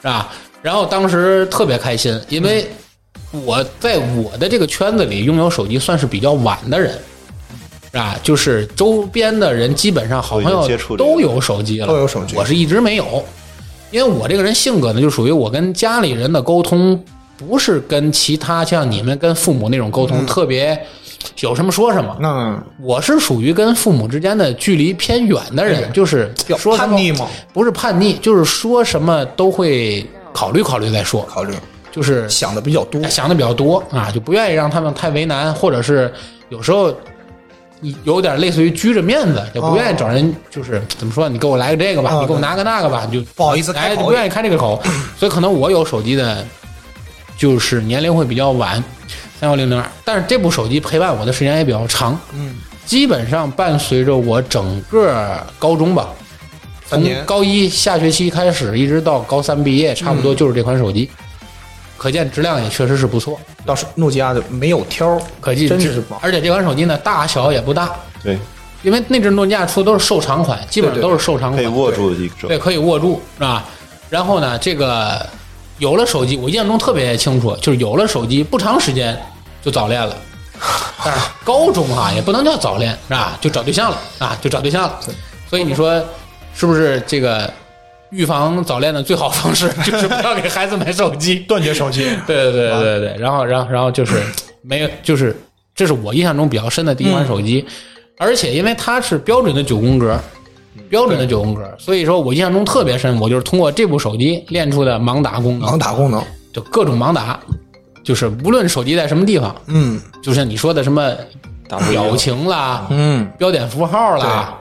是吧？然后当时特别开心，因为我在我的这个圈子里拥有手机算是比较晚的人，是吧？就是周边的人基本上好朋都已友经接触这个都有手机了，都有手机我是一直没有，因为我这个人性格呢，就属于我跟家里人的沟通不是跟其他像你们跟父母那种沟嗯通、特别有什么说什么，那我是属于跟父母之间的距离偏远的人，就是比较说什么叛逆吗？不是叛逆，就是说什么都会考虑考虑再说，考虑就是想的比较多哎，想的比较多啊，就不愿意让他们太为难，或者是有时候有点类似于拘着面子，也不愿意找人，就是怎么说，你给我来个这个吧，啊你给我拿个那个吧，你就不好意思哎，开就口不愿意开这个口，所以可能我有手机的，就是年龄会比较晚，三幺零零二，但是这部手机陪伴我的时间也比较长，嗯，基本上伴随着我整个高中吧，三从年高一下学期开始，一直到高三毕业，差不嗯多就是这款手机，可见质量也确实是不错。倒是诺基亚的没有挑儿，可记真是棒。而且这款手机呢，大小也不大，对，因为那只诺基亚出的都是瘦长款，基本上都是瘦长款，被握住一种对，可以握住，是吧？然后呢，这个有了手机，我印象中特别清楚，就是有了手机不长时间就早恋了。但是高中哈、也不能叫早恋是吧？就找对象了啊，就找对象了。所以你说是不是这个预防早恋的最好方式 就是不要给孩子买手机？断绝手机，对对对对对，然后然后然后就是没有，就是这是我印象中比较深的第一款手机，嗯而且因为它是标准的九宫格，嗯标准的九宫格，所以说我印象中特别深，我就是通过这部手机练出的盲打功盲能，打功能，就各种盲打，就是无论手机在什么地方，嗯就像你说的什么表情啦、嗯，标点符号啦。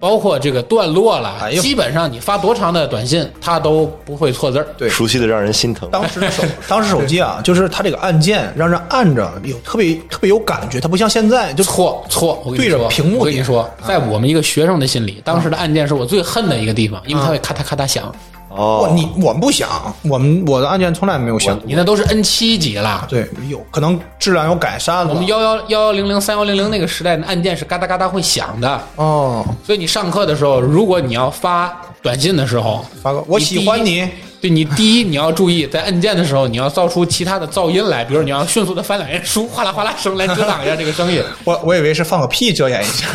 包括这个段落啦，哎呦基本上你发多长的短信，它都不会错字儿。对熟悉的让人心疼。当时的手， 当时手机啊，就是它这个按键让人按着有特别特别有感觉，它不像现在就错错，我跟你对着说，屏幕啊我跟你点说，在我们一个学生的心里，当时的按键是我最恨的一个地方，因啊为它会咔嗒咔嗒响。哦我，你我们不想，我们我的按键从来没有想你那都是 N 七级了，对，有可能质量有改善了。我们幺幺幺幺零零三幺零零那个时代的按键是嘎哒嘎哒会响的，哦，所以你上课的时候，如果你要发短信的时候，发哥，我你第喜一欢你，对你第一你要注意，在按键的时候，你要造出其他的噪音来，比如你要迅速的翻两页书，哗啦哗啦声来遮挡一下这个声音。 我我以为是放个屁遮掩一下，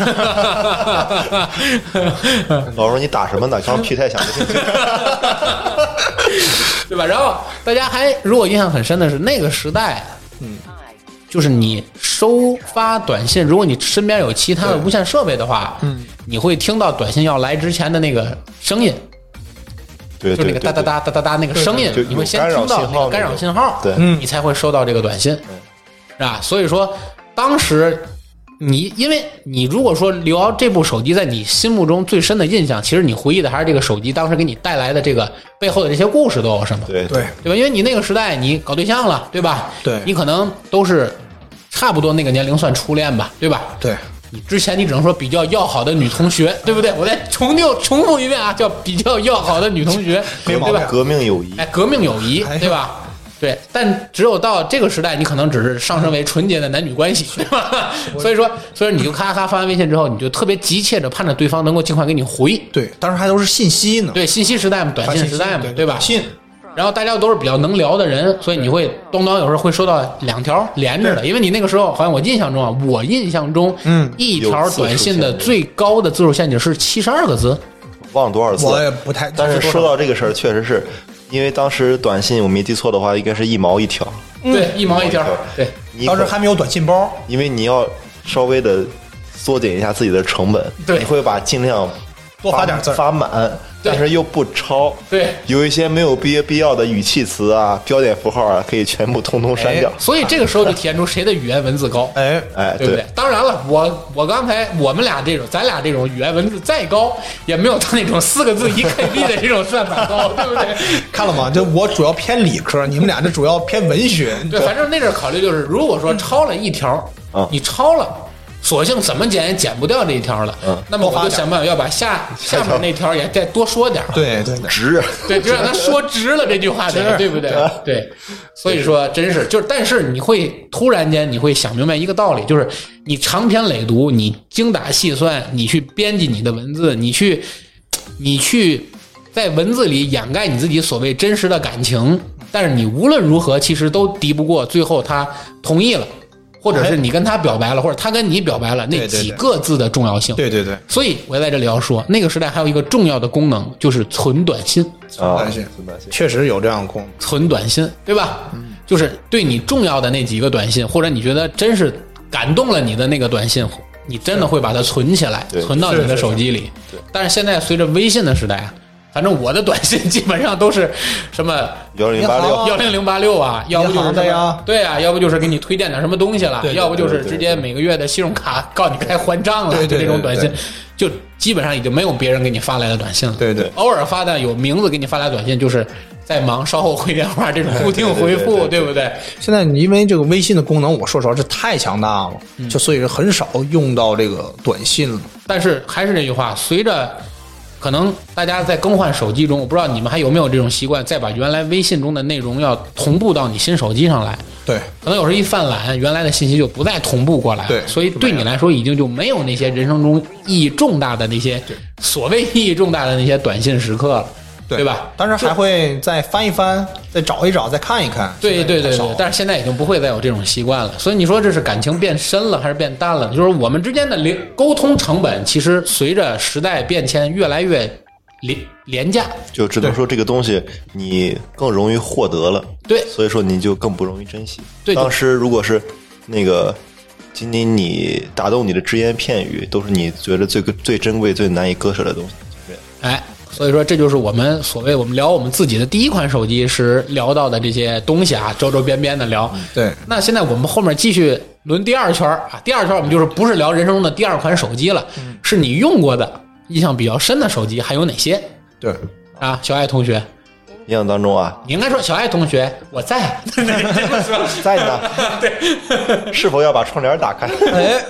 老师说你打什么呢？刚皮太响， 对吧？然后大家还如果印象很深的是那个时代，嗯，就是你收发短信，如果你身边有其他的无线设备的话，嗯，你会听到短信要来之前的那个声音，对就那对个哒对哒哒哒哒哒那个声音对对，对你会先有干扰听到信那号个干那扰种信号，对嗯嗯你才会收到这个短信，是吧？所以说，当时你因为你如果说刘骜这部手机在你心目中最深的印象，其实你回忆的还是这个手机当时给你带来的这个背后的这些故事都有什么，对对， 对吧？因为你那个时代你搞对象了，对吧？对你可能都是差不多那个年龄算初恋吧，对吧？对，你之前你只能说比较要好的女同学，对不对？我再重就重复一遍啊，叫比较要好的女同学， 没对毛病吧？革命友谊，哎，革命友谊哎，呀对吧？对，但只有到这个时代，你可能只是上升为纯洁的男女关系，对吧？ 所以说，所以说你就咔咔发完微信之后，你就特别急切的盼着对方能够尽快给你回。对，当时还都是信息呢，对，信息时代嘛，短发信信时代嘛息，对吧？信，然后大家都是比较能聊的人，所以你会咚咚有时候会收到两条连着的，因为你那个时候好像我印象中啊，我印象中，嗯一条短信的最高的字数限制是七十二个字，忘了多少次，我也不太，但是多少说到这个事儿，确实是因为当时短信我没记错的话，应该是一毛一条。对，一毛一条一毛一条，对，你当时可还没有短信包，因为你要稍微的缩减一下自己的成本，对你会把尽量多发点字儿发满，对但是又不超。对有一些没有必必要的语气词啊、标点符号啊，可以全部通通删掉。所以这个时候就体现出谁的语言文字高。哎，哎，对不对？当然了，我我刚才我们俩这种，咱俩这种语言文字再高，也没有他那种四个字一 KB 的这种算法高，对不对？看了吗？这我主要偏理 科，你们俩这主要偏文学，对，反正那阵儿考虑就是，如果说超了一条，嗯你超了，索性怎么减也减不掉这一条了。嗯那么我多发就点想办法要把下下一下条面那条也再多说点儿。对对对，值 对，就让他说直了这句话得，直对不对？对，所以说真是就是，但是你会突然间你会想明白一个道理，就是你长篇累读，你精打细算，你去编辑你的文字，你去，你去在文字里掩盖你自己所谓真实的感情，但是你无论如何其实都敌不过最后他同意了，或者是你跟他表白了，或者他跟你表白了那对对几对个字的重要性。对对对，所以我在这里要说，那个时代还有一个重要的功能就是存短信。啊，短信存短信确实有这样的功能。存短信，对吧？就是对你重要的那几个短信，或者你觉得真是感动了你的那个短信，你真的会把它存起来对，存到你的手机里。但是现在随着微信的时代啊，反正我的短信基本上都是什么。幺零八你好六啊幺零零八六啊，要不就是什银行的么呀对啊，要不就是给你推荐点什么东西了，对对要不就对是对直接每个月的信用卡告你该还账了，对对就这种对短对信，就基本上已经没有别人给你发来的短信了。对对偶尔发的有名字给你发来短信，就是在忙，稍后回电话这种固定回复，对不对？现在你因为这个微信的功能，我说实话是太强大了，就所以是很少用到这个短信了。但是还是那句话，随着可能大家在更换手机中，我不知道你们还有没有这种习惯，再把原来微信中的内容要同步到你新手机上来。对，可能有时候一犯懒，原来的信息就不再同步过来了，对所以对你来说已经就没有那些人生中意义重大的那些所谓意义重大的那些短信时刻了，对吧？当然还会再翻一翻，再找一找，再看一看。对对对现在太少对，但是现在已经不会再有这种习惯了。所以你说这是感情变深了还是变淡了？就是我们之间的连沟通成本，其实随着时代变迁越来越廉廉价。就只能说这个东西你更容易获得了，对所以说你就更不容易珍惜。对当时如果是那个仅仅你打动你的只言片语，都是你觉得最最珍贵、最难以割舍的东西。哎，所以说这就是我们所谓我们聊我们自己的第一款手机时聊到的这些东西啊，周周边边的聊。嗯对那现在我们后面继续轮第二圈儿啊，第二圈儿我们就是不是聊人生中的第二款手机了，嗯是你用过的印象比较深的手机还有哪些对，啊？小爱同学，印象当中啊，你应该说小爱同学，我在。 在呢， 对，是否要把窗帘打 开？哎，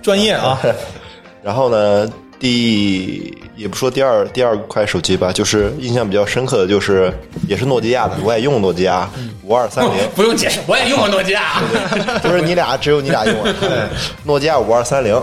专业啊，然后呢，第也不说第二第二块手机吧，就是印象比较深刻的就是也是诺基亚的，我也用诺基亚五二哦三 零， 不用解释，我也用过诺基亚。不是你俩只有你俩 用啊，诺基亚五二三零，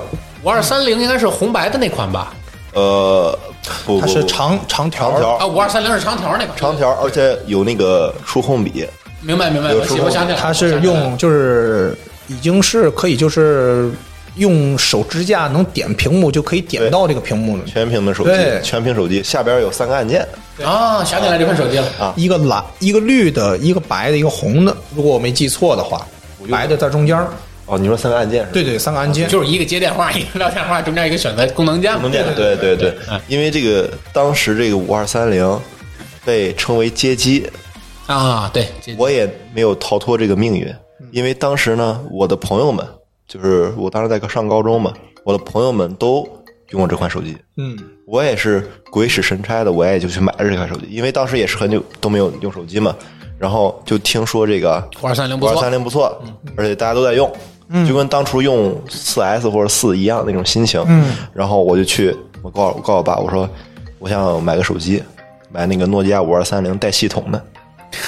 五二三零应该是红白的那款吧？呃，不它不是不，长长条长儿啊，条，五二三零是长条那款。长条，而且有那个触控笔，明白明白，有我触记控我想起来了，它我是想起来了用就是已经是可以就是用手支架能点屏幕就可以点到这个屏幕了，全屏的手机对，全屏手机下边有三个按键，啊，想起来这款手机了。一个蓝一个绿的，一个白的，一个红的，如果我没记错的话，白的在中间儿，哦，你说三个按键是吧？对对，三个按键，就是一个接电话，一个撂电话，中间一个选择功能键嘛。能见对对对哎，因为这个当时这个五二三零，被称为街机，啊，对，这我也没有逃脱这个命运，嗯因为当时呢，我的朋友们，就是我当时在上高中嘛，我的朋友们都拥有这款手机，嗯，我也是鬼使神差的，我也就去买了这款手机，因为当时也是很久都没有用手机嘛，然后就听说这个五二三零不五二错嗯，三，零不错，而且大家都在用，就跟当初用四 S 或者四一样那种心情。然后我就去，我告我告我爸，我说我想买个手机，买那个诺基亚五二三零带系统的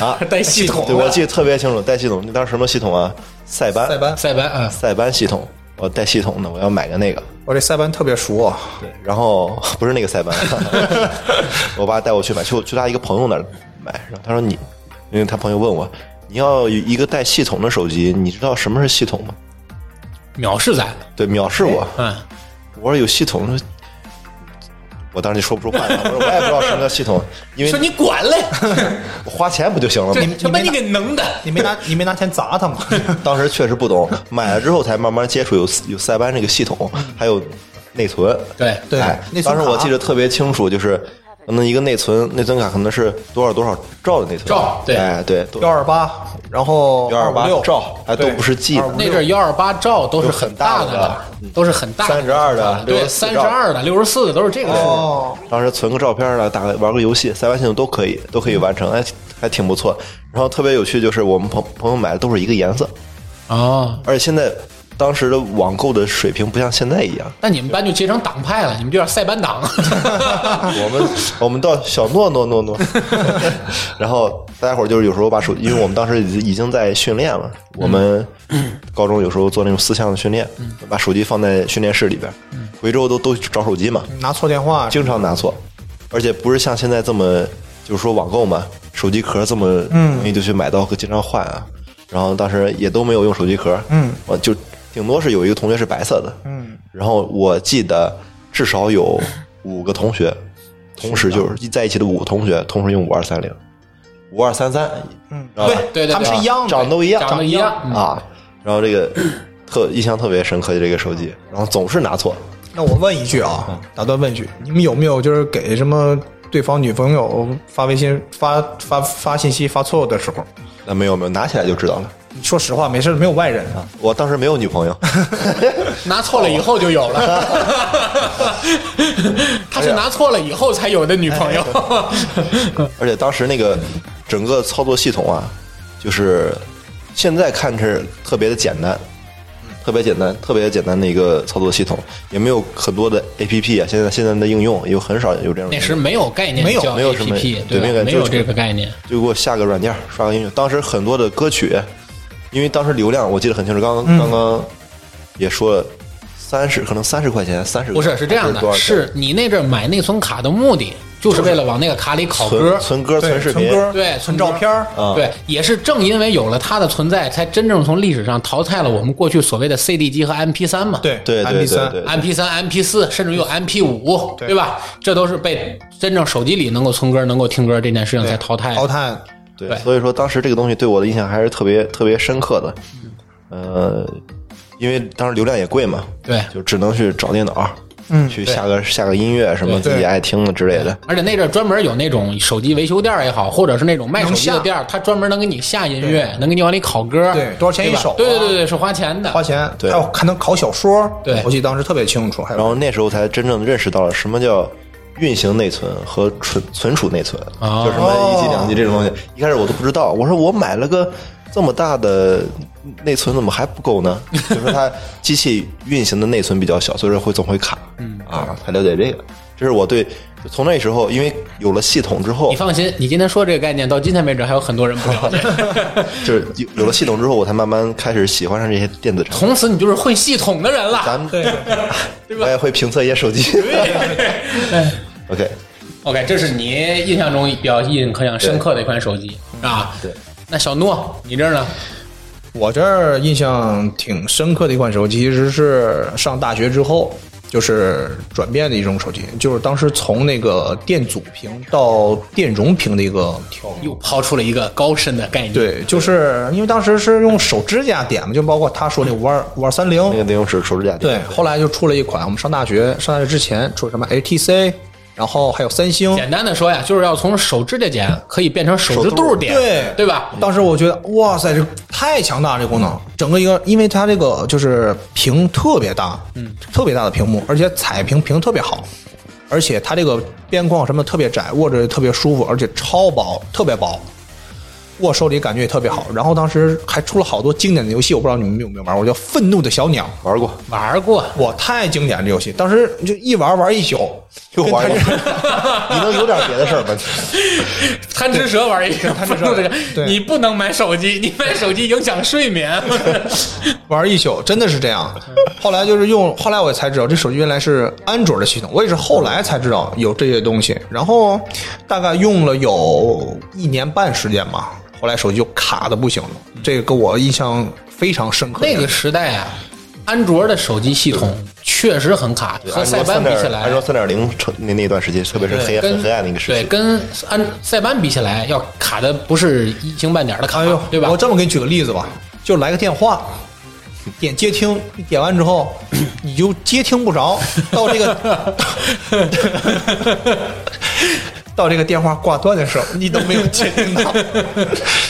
啊带系统对我的记得特别清楚，带系统，那当时什么系统啊？塞班，塞班，塞班啊，塞班系统，我带系统的，我要买个那个。我这塞班特别熟啊，对，然后 不是那个 塞班，我爸带我去买，去我去他一个朋友那儿买，然后他说你，因为他朋友问我，你要一个带系统的手机，你知道什么是系统吗？藐视咱，对，藐视我，嗯，我说有系统，我说我当时就说不出话来，我说我也不知道什么叫系统，因说为你管嘞，我花钱不就行了吗？这 把你嗯给能的，你没拿你没拿钱砸 他吗？当时确实不懂，买了之后才慢慢接触有有塞班这个系统，还有内存。对对哎内存当时我卡记得特别清楚，就是可能一个内存内存卡可能是多少多少兆的内存，兆对哎对，幺二八，然后幺二八256兆，哎都对不是 G 的256那阵幺二八兆都是有很很大的的了，都是很大的，啊32的对， 64三十二的、六十四的都是这个数。哦，当时存个照片啊，打个玩个游戏，塞班系统都可以，都可以完成，哎，还挺不错。然后特别有趣就是我们朋朋友买的都是一个颜色，哦，而且现在当时的网购的水平不像现在一样，那你们班就结成党派了，你们就叫塞班 党。 我们我们到小诺诺诺 诺，然后大家伙儿就是有时候把手，因为我们当时已已经在训练了，我们高中有时候做那种四项的训练，把手机放在训练室里边，回之后都都找手机嘛，拿错电话，经常拿错，而且不是像现在这么，就是说网购嘛，手机壳这么嗯容易就去买到和经常换啊。然后当时也都没有用手机壳，嗯，我就顶多是有一个同学是白色的，嗯，然后我记得至少有五个同学，同时就是在一起的五个同学，同时用五二三零、五二三三，嗯，对对对他们是一样的，长得都一样，长得一样嗯啊。然后这个特印象特别深刻的这个手机，然后总是拿错，那我问一句嗯啊，打断问一句，你们有没有就是给什么对方女朋友发微信、发发发信息发错误的时候？那没有没有，拿起来就知道了。说实话，没事，没有外人啊。我当时没有女朋友， 拿错了以后就有了， 他是拿错了以后才有的女朋友。而且当时那个整个操作系统啊，就是现在看是特别的简单，特别简单，特别简单的一个操作系统，也没有很多的 A P P 啊。现在现在的应用有很少有这样那的应用，时没有概念没有叫没有什么 APP，对没有吧？概念没就有是这个概念。就给我下个软件刷个音乐。当时很多的歌曲，因为当时流量我记得很清楚，刚嗯刚刚刚也说了。三十可能三十块钱，三十不是，是这样的，是你那阵儿买内存卡的目的，就是为了往那个卡里拷歌存。存歌、对存视频、存歌、对存存照照片片儿儿，啊对，也是正因为有了它的存在，才真正从历史上淘汰了我们过去所谓的 CD 机和 MP 3嘛。对对对 m p 对三对， ，MP 3 MP 4甚至有 MP 5对对吧？这都是被真正手机里能够存歌、能够听歌这件事情才淘汰的。淘汰，对，对所以说当时这个东西对我的印象还是特别特别深刻的。呃，因为当时流量也贵嘛，对就只能去找电脑，嗯，去下个下个音乐什么对自己爱听的之类的。而且那阵儿专门有那种手机维修店儿也好，或者是那种卖手机能的下店儿，他专门能给你下音乐，能给你往里拷歌，对多少钱一对吧首啊对对对对，是花钱的。花钱，对还有还能考小说，对我记得当时特别清楚。还然有后那时候才真正认识到了什么叫运行内存和存存储内存，哦就什么一 G、两 G 这种东西。一开始我都不知道，我说我买了个这么大的内存，怎么还不够呢？ 就是它机器运行的内存比较小，所以说会总会卡。嗯啊，才了解这个。这是我对就从那时候，因为有了系统之后你，放心，你今天说这个概念，到今天为止还有很多人不了解。 就是有有了系统之后，我才慢慢开始喜欢上这些电子产品。从此你就是会系统的人了。咱 们我也会评测一些手机。OK， OK，这是你印象中比较印刻象深刻的一款手机嗯啊。对，那小诺，你这儿呢？我这儿印象挺深刻的一款手机，其实是上大学之后就是转变的一种手机，就是当时从那个电阻屏到电容屏的一个调又抛出了一个高深的概念。，哦对，就是因为当时是用手指甲点嘛，就包括他说那五二五二三零那，个得用手手指甲。对，后来就出了一款，我们上大学上大学之前出什么 HTC，然后还有三星。简单的说呀，就是要从手指甲剪可以变成手指肚点，对对吧？当时我觉得，哇塞，这太强大了！这功能，整个一个，因为它这个就是屏特别大，嗯，特别大的屏幕，而且彩屏屏特别好，而且它这个边框什么特别窄，握着特别舒服，而且超薄，特别薄，握手里感觉也特别好。然后当时还出了好多经典的游戏，我不知道你们有没有玩过，叫《愤怒的小鸟》，玩过，玩过，哇，太经典了这游戏，当时就一玩玩一宿，又玩过。 你能有点别的事儿吗？贪吃蛇玩一个，贪吃蛇这个对你不能买手机，你买手机影响睡眠。玩一宿，真的是这样。后来就是用，后来我才知道这手机原来是安卓的系统，我也是后来才知道有这些东西。然后大概用了有一年半时间吧，后来手机就卡的不行了。这个给我印象非常深刻。 那个时代啊，安卓的手机系统确实很卡，和安塞卓班三比点起，来安，卓三点零成那那段时间，特别是对，黑暗跟很黑暗那个时对，期，跟安塞班比起来，要卡的不是一星半点的卡，哎呦，对吧我？这么给你举个例子吧，就来个电话，点接听，你点完 之后你就接听不着，到 这个到这个电话挂断的时候，你都没有接听 到，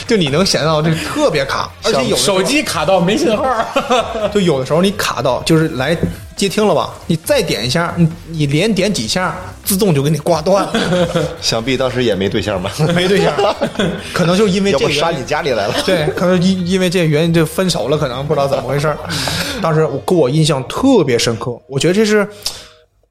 就你能想到这特别卡，而且有的时候手机卡到没信号，就有的时候你卡到就是来接听了吧，你再点一下，你你连点几下，自动就给你挂断了，想必当时也没对象 吧？没 对象，可能就是因为要这不个原杀因你家里来了？ 对，可能因因为这原因就分手了，可能不知道怎么回事儿。当时我给我印象特别深刻，我觉得这是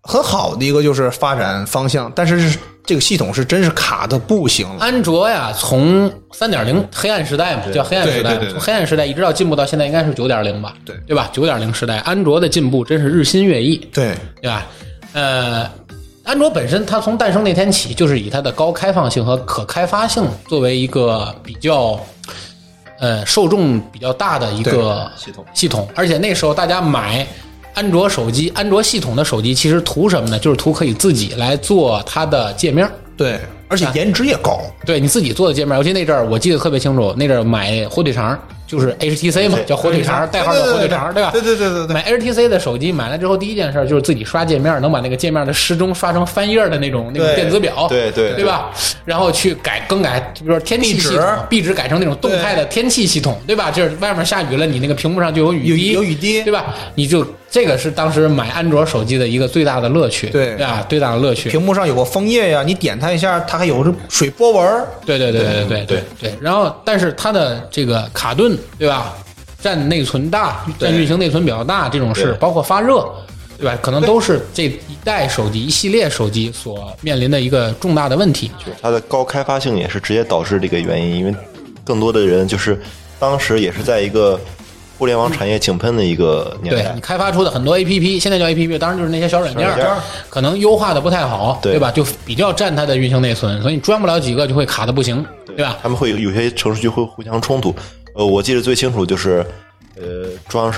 很好的一个就是发展方向，但是是这个系统是真是卡的不行了。 安卓呀，从三点零黑暗时代嘛，叫黑暗时代对对对，对从黑暗时代一直到进步到现在，应该是九点零吧？对对吧？九点零时代，安卓的进步真是日新月异，对，对吧？呃，安卓本身它从诞生那天起，就是以它的高开放性和可开发性作为一个比较。呃，受众比较大的一个系统系统，而且那时候大家买安卓手机、安卓系统的手机，其实图什么呢？就是图可以自己来做它的界面儿，对，而且颜值也高，对你自己做的界面，尤其那阵儿我记得特别清楚，那阵儿买火腿肠就是 HTC 嘛，叫火腿肠，代号叫火腿肠，对吧？对对对对对买 HTC 的手机买了之后，第一件事就是自己刷界面，能把那个界面的时钟刷成翻页的那种那种对电子表，对对对吧？然后去改更改，比如说天气系统壁纸，壁纸改成那种动态的天气系统，对吧？就是外面下雨了，你那个屏幕上就有雨滴，有有雨滴对吧？你就这个是当时买安卓手机的一个最大的乐趣，对啊，最大的乐趣。屏幕上有个枫叶呀，你点它一下，它还有这水波纹儿。对对对对对对对。然后，但是它的这个卡顿，对吧？占内存大，占运行内存比较大，这种事对，包括发热，对吧？可能都是这一代手机、一系列手机所面临的一个重大的问题。它的高开发性也是直接导致这个原因，因为更多的人就是当时也是在一个互联网产业井喷的一个年对代你，开发出的很多 A P P，现在叫 A P P，当然就是那些小软件儿，小软件儿可能优化的不太好，对对吧？就比较占它的运行内存，所以你装不了几个就会卡的不行，对吧？他们会有有些程序就会互相冲突。呃，我记得最清楚就是，呃，装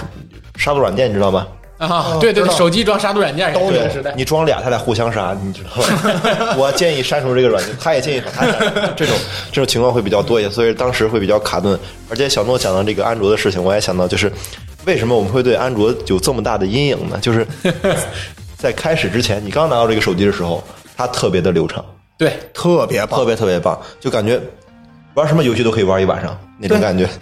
杀毒软件，你知道吗？啊，对对，对知道手机装杀毒软件都对时代，你装俩，他俩互相杀，你知道吗？我建议删除这个软件，他也建议把它删除。这种这种情况会比较多一些，所以当时会比较卡顿。而且小诺讲到这个安卓的事情，我也想到就是为什么我们会对安卓有这么大的阴影呢？就是 在开始之前，你刚拿到这个手机的时候，它特别的流畅，对，特别棒特，别特别棒，就感觉玩什么游戏都可以玩一晚上那种感觉。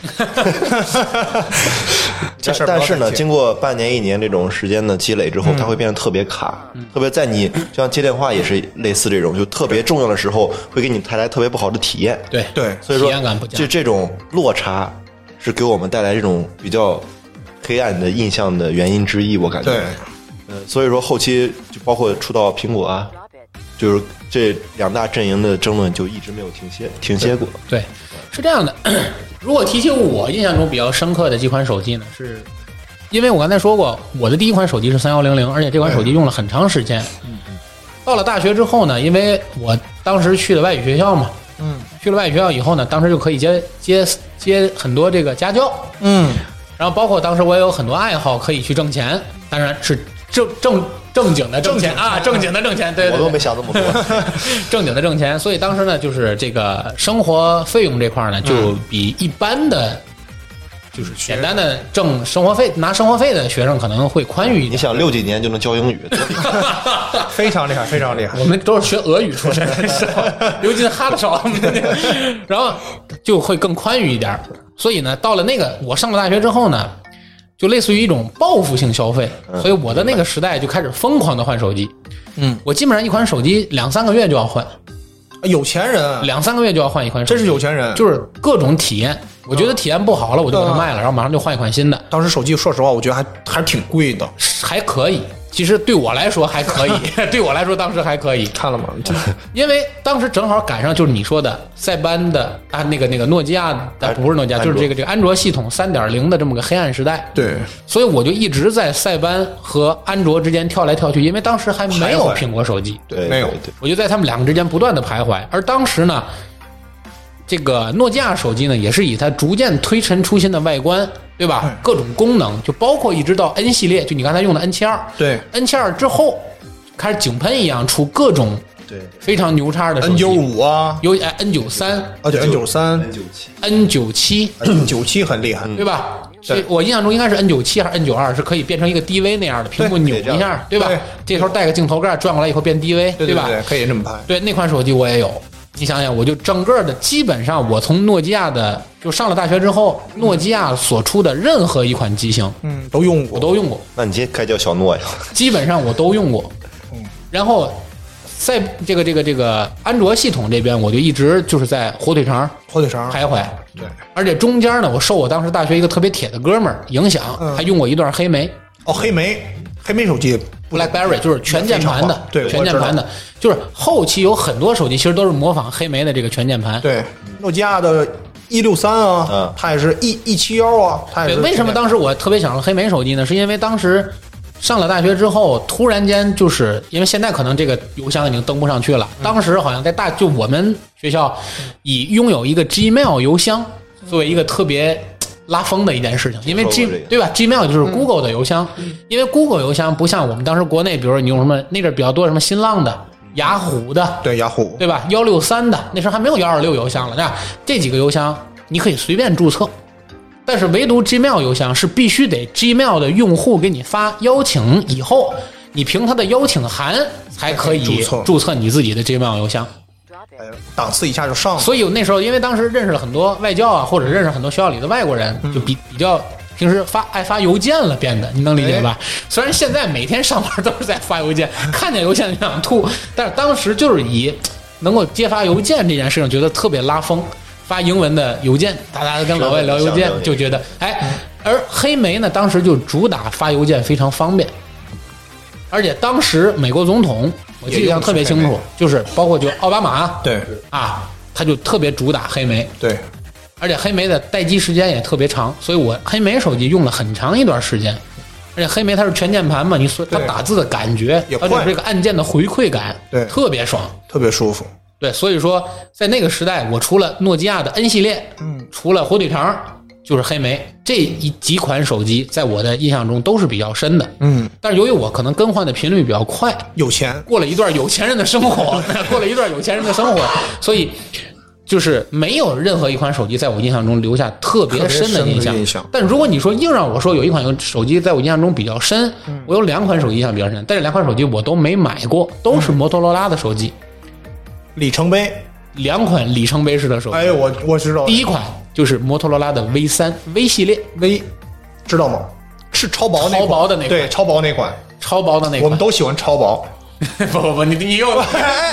这事儿不要但是再呢，提嗯经过半年一年这种时间的积累之后，它会变得特别卡，特别在你就像接电话也是类似这种，就特别重要的时候会给你带来特别不好的体验。，对对所以说体验感不佳就这种落差是给我们带来这种比较黑暗的印象的原因之一，我感觉。对，呃，所以说后期就包括出到苹果啊，就是这两大阵营的争论就一直没有停歇停歇过。对，是这样的。如果提起我印象中比较深刻的几款手机呢，是因为我刚才说过，我的第一款手机是三幺零零，而且这款手机用了很长时间。到了大学之后呢，因为我当时去了外语学校嘛，嗯去了外语学校以后呢，当时就可以接接接很多这个家教，嗯，然后包括当时我也有很多爱好可以去挣钱，当然是正正正经的挣钱啊，正经的挣钱，对对对我都没想那么多，正经的挣钱，所以当时呢，就是这个生活费用这块儿呢，就比一般的嗯就是学简单的挣生活费，拿生活费的学生可能会宽裕一你点。想六几年就能教英语，非常厉害，非常厉害我。们都是学俄语出身 的，是吧尤其是哈的少，然后就会更宽裕一点。所以呢，到了那个我上了大学之后呢，就类似于一种报复性消费，所以我的那个时代就开始疯狂的换手机。嗯，我基本上一款手机两三个月就要换，有钱人，啊两三个月就要换一款手真机，是有钱人。就是各种体验。我觉得体验不好了，我就把它卖了，然后马上就换一款新的。当时手机，说实话，我觉得还还挺贵的。还可以。其实对我来说还可以，对我来说当时还可以，看了吗？因为当时正好赶上就是你说的塞班的啊，那个那个诺基亚的、安不是诺基亚，安就卓是这个这个安卓系统三点零的这么个黑暗时代。， 对，所以我就一直在塞班和安卓之间跳来跳去，因为当时还没有徘徊苹果手机，对，没有对对我就在他们两个之间不断的徘徊。而当时呢，这个诺基亚手机呢，也是以它逐渐推陈出新的外观，对吧？嗯各种功能，就包括一直到 N 系列，就你刚才用的 N 七二，对 N 七二之后，开始井喷一样出各种对非常牛叉的手 N 机九，五啊，有哎 N 九哎三、啊对，N 九三、九七， N 九七， N 九七很厉害。对吧？所以我印象中应该是 N 九七还是 N 九二，是可以变成一个 DV 那样的，屏幕扭一下，对对吧？这头带个镜头盖，转过来以后变 DV，对吧？对，可以这么拍。对，那款手机我也有。你想想，我就整个的基本上，我从诺基亚的就上了大学之后，诺基亚所出的任何一款机型，嗯，都用过，我都用过。那你今天该叫小诺呀？基本上我都用过。然后在这个这个这个安卓系统这边，我就一直就是在火腿肠火腿肠。徘徊。嗯对，而且中间呢，我受我当时大学一个特别铁的哥们儿影响，嗯还用过一段黑莓哦，黑莓，黑莓手机不 BlackBerry，就是全键盘非常的好，对全键盘的，就是后期有很多手机其实都是模仿黑莓的这个全键盘。对，诺基亚的一六三啊嗯，它也是一一七幺啊，它对，也是。为什么当时我特别想要黑莓手机呢？是因为当时上了大学之后，突然间就是因为现在可能这个邮箱已经登不上去了，嗯当时好像在大就我们学校以拥有一个 Gmail 邮箱作为一个特别。拉风的一件事情，因为听 G 说过这个对吧？Gmail 就是嗯 Google 的邮箱，因为 Google 邮箱不像我们当时国内，比如说你用什么那阵儿比较多什么新浪的、嗯雅虎的，对雅虎？对吧？幺六三的那时候还没有幺二六邮箱了，那这几个邮箱你可以随便注册，但是唯独 Gmail 邮箱是必须得 Gmail 的用户给你发邀请以后，你凭他的邀请函才可以注册注册你自己的 Gmail 邮箱。哎档次一下就上了。所以我那时候因为当时认识了很多外教啊，或者认识很多学校里的外国人，嗯就比比较。平时发爱发邮件了，变得你能理解吧？哎虽然现在每天上班都是在发邮件， 看见邮件就想吐，但是当时就是以能够揭发邮件这件事情，觉得特别拉风。发英文的邮件，大家跟老外聊邮件是的就觉得哎，嗯而黑莓呢，当时就主打发邮件非常方便，而且当时美国总统我记得印象特别清也用楚的，就是包括就奥巴马，对啊，他就特别主打黑莓，对，而且黑莓的待机时间也特别长，所以我黑莓手机用了很长一段时间。而且黑莓它是全键盘嘛，你所它对打字的感觉，也它快有这个按键的回馈感，对特别爽。特别舒服。对，所以说在那个时代，我除了诺基亚的 N 系列，嗯，除了火腿肠，就是黑莓这一几款手机，在我的印象中都是比较深的。嗯，但是由于我可能更换的频率比较快，有钱，过了一段有钱人的生 活，过了一段有钱人的生活，所以就是没有任何一款手机在我印象中留下特别深的印特别深象。的印象但如果你说硬让我说有一款手机在我印象中比较深，嗯我有两款手机印象比较深，但是两款手机我都没买过，都是摩托罗拉的手机，里程碑。两款里程碑式的手机。哎，我我知道了第一款就是摩托罗拉的 V 三 V 系列， ，V，知道吗？是超薄那款超薄的那款对，超薄那款，超薄的那款。我们都喜欢超薄， 不不不，你你 又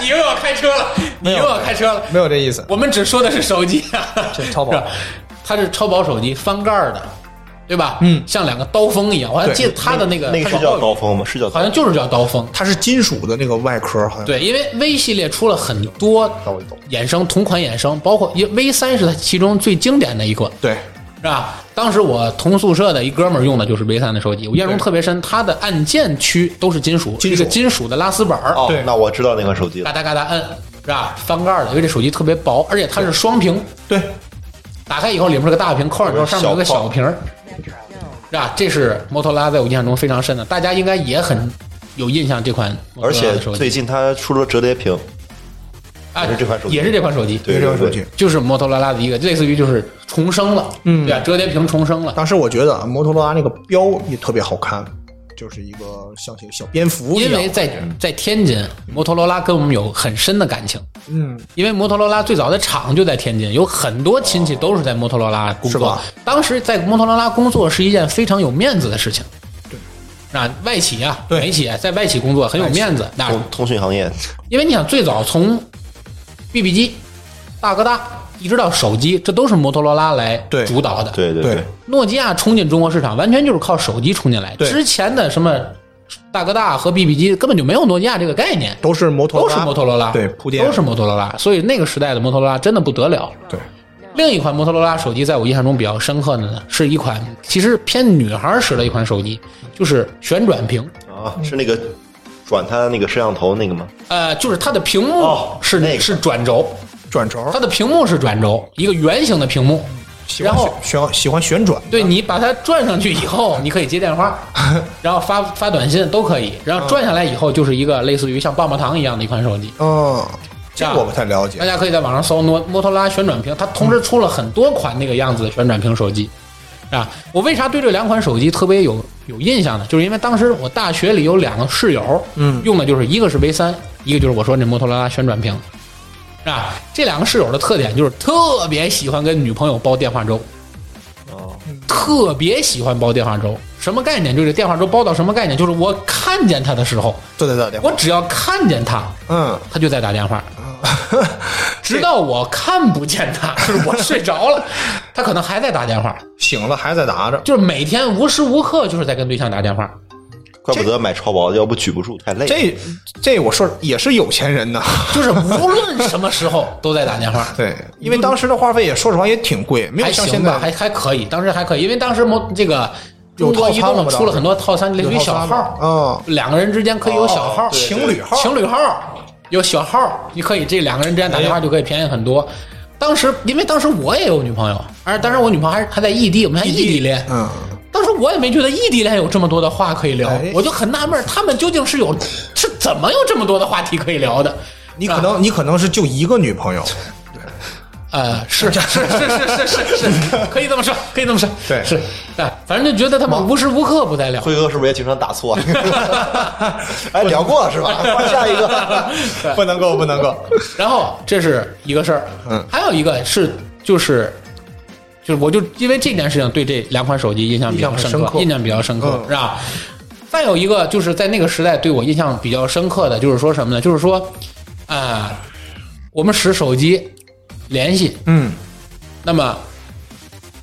你又要开车了，你又要开车了。没有这意思。我们只说的是手机啊， 这超薄是吧它是超薄手机，翻盖儿的，对吧？嗯，像两个刀锋一样。我还对记得它的那个那个它广是告叫语刀锋吗？是叫好像就是叫刀锋。它是金属的那个外壳，好像对，因为 V 系列出了很多懂懂衍生同款衍生，包括因 V 三是它其中最经典的一个，对是吧？当时我同宿舍的一哥们儿用的就是 V 三的手机，我印象中对特别深，它的按键区都是金属，是一金个属金属的拉丝板儿，哦对，那我知道那款手机嘎了。哒嘎哒摁，是吧？翻盖儿的，因为这手机特别薄，而且它是双屏，对打开以后里面是个大屏，扣上之后上面有个小屏儿，是吧？这是摩托罗拉在我印象中非常深的，大家应该也很有印象这款摩而托罗拉且的手最机。近它出了折叠屏，啊，也是这款手机也是这款手机，对这款对手机对，就是摩托罗拉的一个，类似于就是重生了，嗯，对吧？折叠屏重生了，当时我觉得啊摩托罗拉那个标也特别好看，就是一个像些小蝙蝠一因样为，在在天津，摩托罗拉跟我们有很深的感情，嗯，因为摩托罗拉最早的厂就在天津，有很多亲戚都是在摩托罗拉工是作吧。当时在摩托罗拉工作是一件非常有面子的事情。对，那外企啊，对美企啊在外企工作很有面子。那通通讯行业，因为你想，最早从 BB 机、大哥大一直到手机，这都是摩托罗拉来对主导的。，对对对对，诺基亚冲进中国市场，完全就是靠手机冲进来。对之前的什么大哥大和 BB 机根本就没有诺基亚这个概念。都是摩托都罗拉，是摩托罗拉，对铺垫都是摩托罗拉，所以那个时代的摩托罗拉真的不得了。对，另一款摩托罗拉手机在我印象中比较深刻的呢，是一款其实偏女孩使的一款手机，就是旋转屏，啊，是那个转它那个摄像头那个吗？呃，就是它的屏幕哦是、那个是转轴，转轴，它的屏幕是转轴，一个圆形的屏幕，喜然欢后旋喜欢旋转，对你把它转上去以后，你可以接电 话，然后发发短信都可以，然后转下来以后就是一个类似于像棒棒糖一样的一款手机。嗯，这这样个我不太了大解，家可以在网上搜摩摩托罗拉旋转屏，它同时出了很多款那个样子的旋转屏手机，啊，我为啥对这两款手机特别有有印象呢？就是因为当时我大学里有两个室友，嗯用的就是一个是 V 三，一个就是我说那摩托罗拉旋转屏，啊，这两个室友的特点就是特别喜欢跟女朋友煲电话粥，哦，特别喜欢煲电话粥，什么概念？就是电话粥煲到什么概念？就是我看见他的时候，对对对对，我只要看见他，嗯，他就在打 电话，直到我看不见 他，就是我睡着了，他可能还在打电话，醒了还在拿着，就是每天无时无刻就是在跟对象打电话。怪不得买超薄，要不举不住，太累。这这我说也是有钱人呐， 就是无论什么时候都在打电话，对，因为当时的话费也说实话也挺贵，没有还像现行在吧，还还可以，当时还可以，因为当时摩这个有中国移套餐了动吗出了很多套餐，类似于小号，啊，两个人之间可以有小号、哦对情侣号情侣号有小号，你可以这两个人之间打电话就可以便宜很多。当时因为当时我也有女朋友，而当时我女朋友还还在异地，我们还异地恋，嗯，当时我也没觉得异地恋有这么多的话可以聊哎，我就很纳闷儿，他们究竟是有是怎么有这么多的话题可以聊的？啊你可能你可能是就一个女朋友，呃，是是是是是是是，可以这么说，可以这么说，对是，啊，反正就觉得他们无时无刻不在聊，辉哥是不是也经常打错？ 啊哎，聊过了是吧？换下一个， 不能够，不能够，然后这是一个事儿，嗯，还有一个是就是就是我就因为这件事情对这两款手机印象比较深印象很深刻印象比较深刻嗯，是吧？再有一个就是在那个时代对我印象比较深刻的就是说什么呢？就是说啊、我们使手机联系，嗯，那么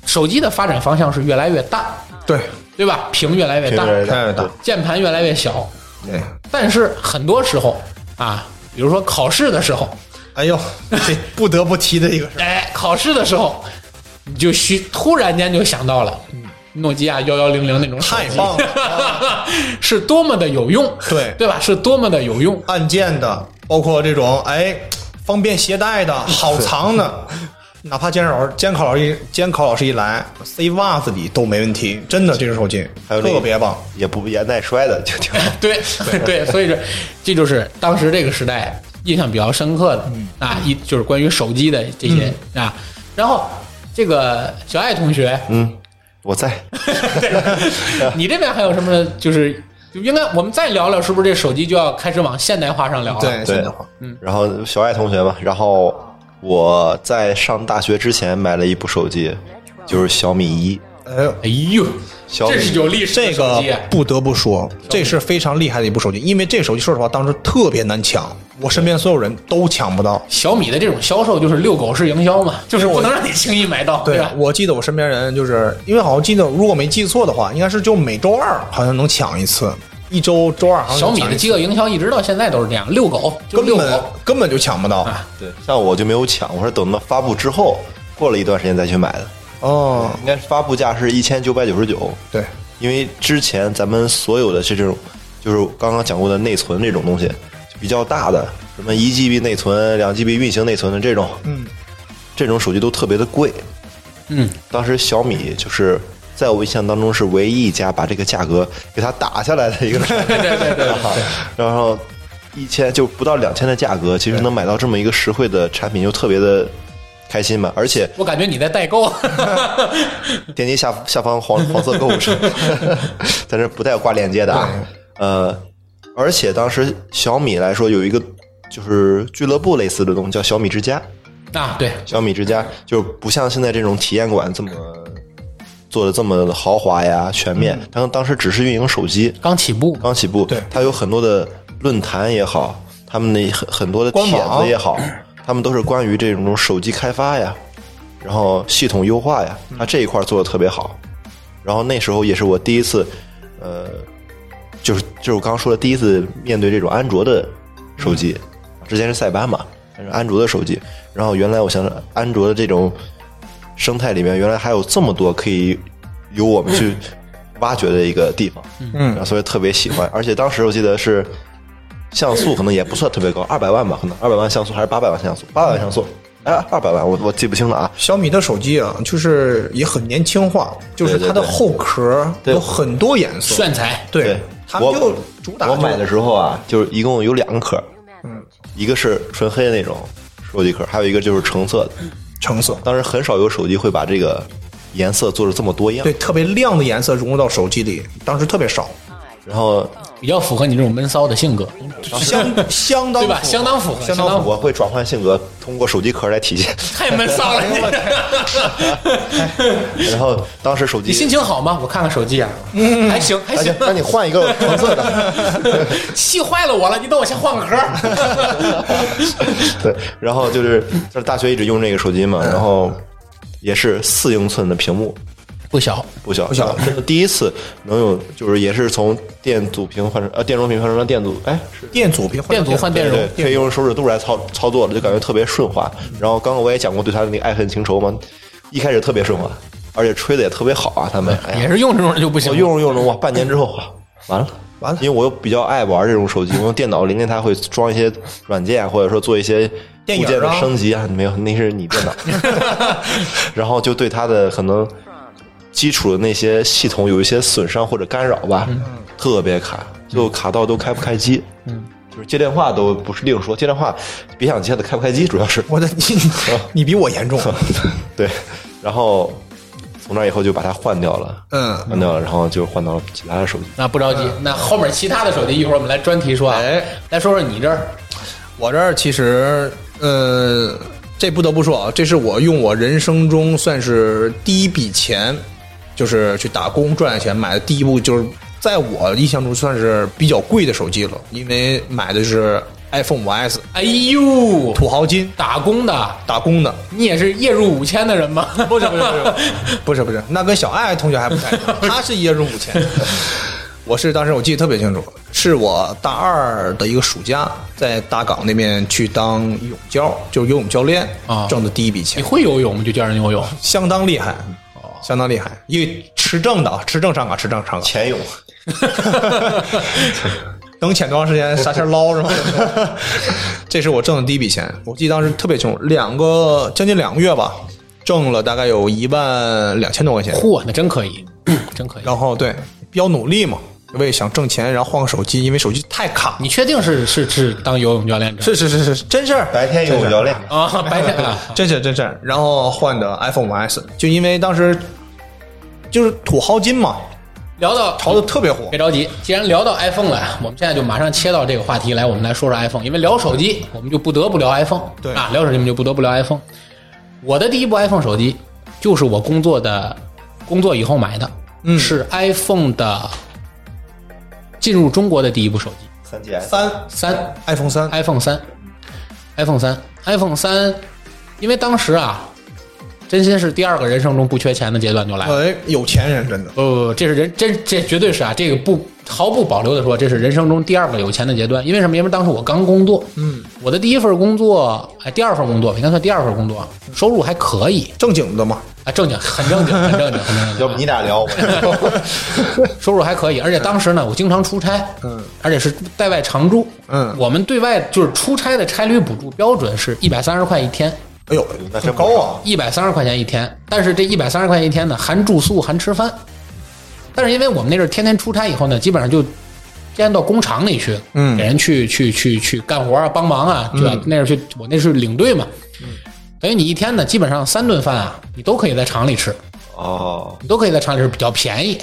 手机的发展方向是越来越大，对，对吧？屏越来越大，太大键盘越来越小，对，但是很多时候啊，比如说考试的时候，哎呦，这不得不提的一个事儿，哎，考试的时候，你就需突然间就想到了，诺基亚幺幺零零那种手机嗯太棒了， 是多么的有用，对对吧？是多么的有用。 按键的，包括这种哎方便携带的，好藏 的。哪怕监考老师、监考老师一、监考老师一来，塞袜子里都没问题，真的这只手机还有那个特别棒。 也不也耐摔的，就挺好。对对，所以说这就是当时这个时代印象比较深刻的、嗯啊，一就是关于手机的这些、啊，然后这个小爱同学，嗯，我在， 你这边还有什么就是？就应该我们再聊聊，是不是这手机就要开始往现代化上聊了？对，对现在话，然后小爱同学嘛，然后我在上大学之前买了一部手机，就是小米一，哎呦，哎呦，小这是米有历史这的手个机啊不得不说，这是非常厉害的一部手机，因为这手机说实话当时特别难抢，我身边所有人都抢不到。小米的这种销售就是遛狗式营销嘛，就是我不能让你轻易买到，对吧？我记得我身边人就是因为好像记得，如果没记错的话，应该是就每周二好像能抢一次，一周周二好像小能米抢的一次饥饿营销一直到现在都是这样，遛狗就根遛本狗，根本就抢不到。对，像我就没有抢，我是等到发布之后，过了一段时间再去买的。哦，应该是发布价是一千九百九十九，对，因为之前咱们所有的是这种，就是刚刚讲过的内存这种东西，比较大的，什么一 GB 内存、两 GB 运行内存的这种，嗯，这种手机都特别的贵。嗯，当时小米就是在我印象当中是唯一一家把这个价格给它打下来的一个对对对对，然后一千就不到两千的价格，其实能买到这么一个实惠的产品，就特别的开心嘛。而且我感觉你在代 购，点击下下方黄黄色购物车， 但是不带有挂链接的啊。呃，而且当时小米来说有一个就是俱乐部类似的东西叫小米之家，啊，对，小米之家就是不像现在这种体验馆这么做的这么豪华呀、全面。它当时只是运营手机，刚起步，刚起步，对它有很多的论坛也好，他们的很很多的帖官网子也 好，他们都是关于这种手机开发呀，然后系统优化呀，嗯它这一块做的特别好。然后那时候也是我第一次，呃，就是就是我刚刚说的第一次面对这种安卓的手机，嗯之前是塞班嘛，但是安卓的手机。然后原来我想安卓的这种生态里面，原来还有这么多可以由我们去挖掘的一个地方，嗯，然后所以特别喜欢。而且当时我记得是像素可能也不算特别高，二百万吧，可能二百万像素还是八百万像素，八百万像素，哎，二百万我我记不清了啊。小米的手机啊，就是也很年轻化，就是它对的对对后壳对有很多颜色。炫彩，对，他们我就主打我就买的时候啊，就是一共有两个壳，嗯，一个是纯黑的那种手机壳，还有一个就是橙色的。橙色，当时很少有手机会把这个颜色做的这么多样对，，特别亮的颜色融入到手机里，当时特别 少，然后比较符合你这种闷骚的性格，相相当对吧哦符合相当符合相相当当符我合。会转换性格，通过手机壳来体 现。太闷 骚哎了，你然后当时手 机你心情好吗？我看看手机啊，嗯还行还那就行，那你换一个橙色的， 气坏了我了，你等我先换个壳。对，然后就是就是大学一直用这个手机嘛，然后也是四英寸的屏幕， 不小，不小不小真的第一次能有，就是也是从电阻屏换成呃电容屏换成了电阻，哎，是电阻屏，电阻换电容对，可以用手指肚来操操作了，就感觉特别顺滑。然后刚刚我也讲过对它的那个爱恨情仇嘛，一开始特别顺滑，而且吹的也特别好啊，他们哎呀也是用这种就不我行，用着用着，哇，半年之后哇完了。完了因为我又比较爱玩这种手机，我用电脑连接它会装一些软件，啊或者说做一些电固影啊件的升级啊。没有，那是你电脑。然后就对它的可能基础的那些系统有一些损伤或者干扰吧，特别卡，就卡到都开不开机。嗯，就是接电话都不是另说，接电话别想接它开不开机，主要是 我的你 你比我严重，对。然后从那以后就把它换掉了，嗯换掉了，然后就换到了其他的手机。那不着急，那后面其他的手机一会儿我们来专题说啊哎。来说说你这儿， 我这儿其实，呃，这不得不说啊，这是我用我人生中算是第一笔钱，就是去打工赚的钱买的第一部，就是在我印象中算是比较贵的手机了，因为买的是 iPhone 五 S，哎呦，土豪金，打工的，打工的，你也是月入五千的人吗？不是不是不是，不是不是，那跟小爱同学还不太一样，他是一月入五千。我是当时我记得特别清楚，是我大二的一个暑假，在大港那边去当游泳教，就是游泳教练啊挣的第一 笔你钱，会游泳吗？就教人游泳，相当厉害，相当厉害，因为持证的啊，持证上岗，持证上岗，潜泳，能潜多长时间？啥钱捞是吗？这是我挣的第一笔钱，我记得当时特别穷，两个将近两个月吧，挣了大概有一万两千多块钱。嚯，那真可以， 真可以。然后对，比较努力嘛，为想挣钱，然后换个手机，因为手机太卡。你确定是是是当游泳教练这？是是是是，真事儿，白哎天游泳教练，啊，白天啊，真事儿真事儿。然后换的 iPhone 五 S，就因为当时就是土豪金嘛，聊到炒的特别火别。着急，既然聊到 iPhone 了，我们现在就马上切到这个话题来，我们来说说 iPhone，因为聊手机，我们就不得不聊 iPhone。对啊，聊手机我们就不得不聊 iPhone。我的第一部 iPhone 手机就是我工作的工作以后买的，嗯是 iPhone 的进入中国的第一部手机，三 GS，三三 iPhone 三 iPhone 三，iPhone 三，iPhone 三，因为当时啊，真心是第二个人生中不缺钱的阶段就来了。哎，有钱人真的不不呃不，这是人，这这绝对是啊，这个不毫不保留的说，这是人生中第二个有钱的阶段。因为什么？因为当时我刚工作，嗯，我的第一份工作，哎，第二份工作，应该算第二份工作，啊收入还可以，正经的嘛，啊，正经，很正 经，很正经，很正经要不你俩聊，我 收入还可以，而且当时呢，我经常出差，嗯，而且是在外常住，嗯我们对外就是出差的差旅补助标准是一百三十块一天，哎呦，那很真高啊！一百三十块钱一天，但是这一百三十块钱一天呢，含住宿含吃饭。但是因为我们那阵儿天天出差以后呢，基本上就现在到工厂里去，嗯给人去去去去干活啊，帮忙啊，对吧？那是去我那是领队嘛，等于你一天呢，基本上三顿饭啊，你都可以在厂里吃，哦，你都可以在厂里吃，比较便宜。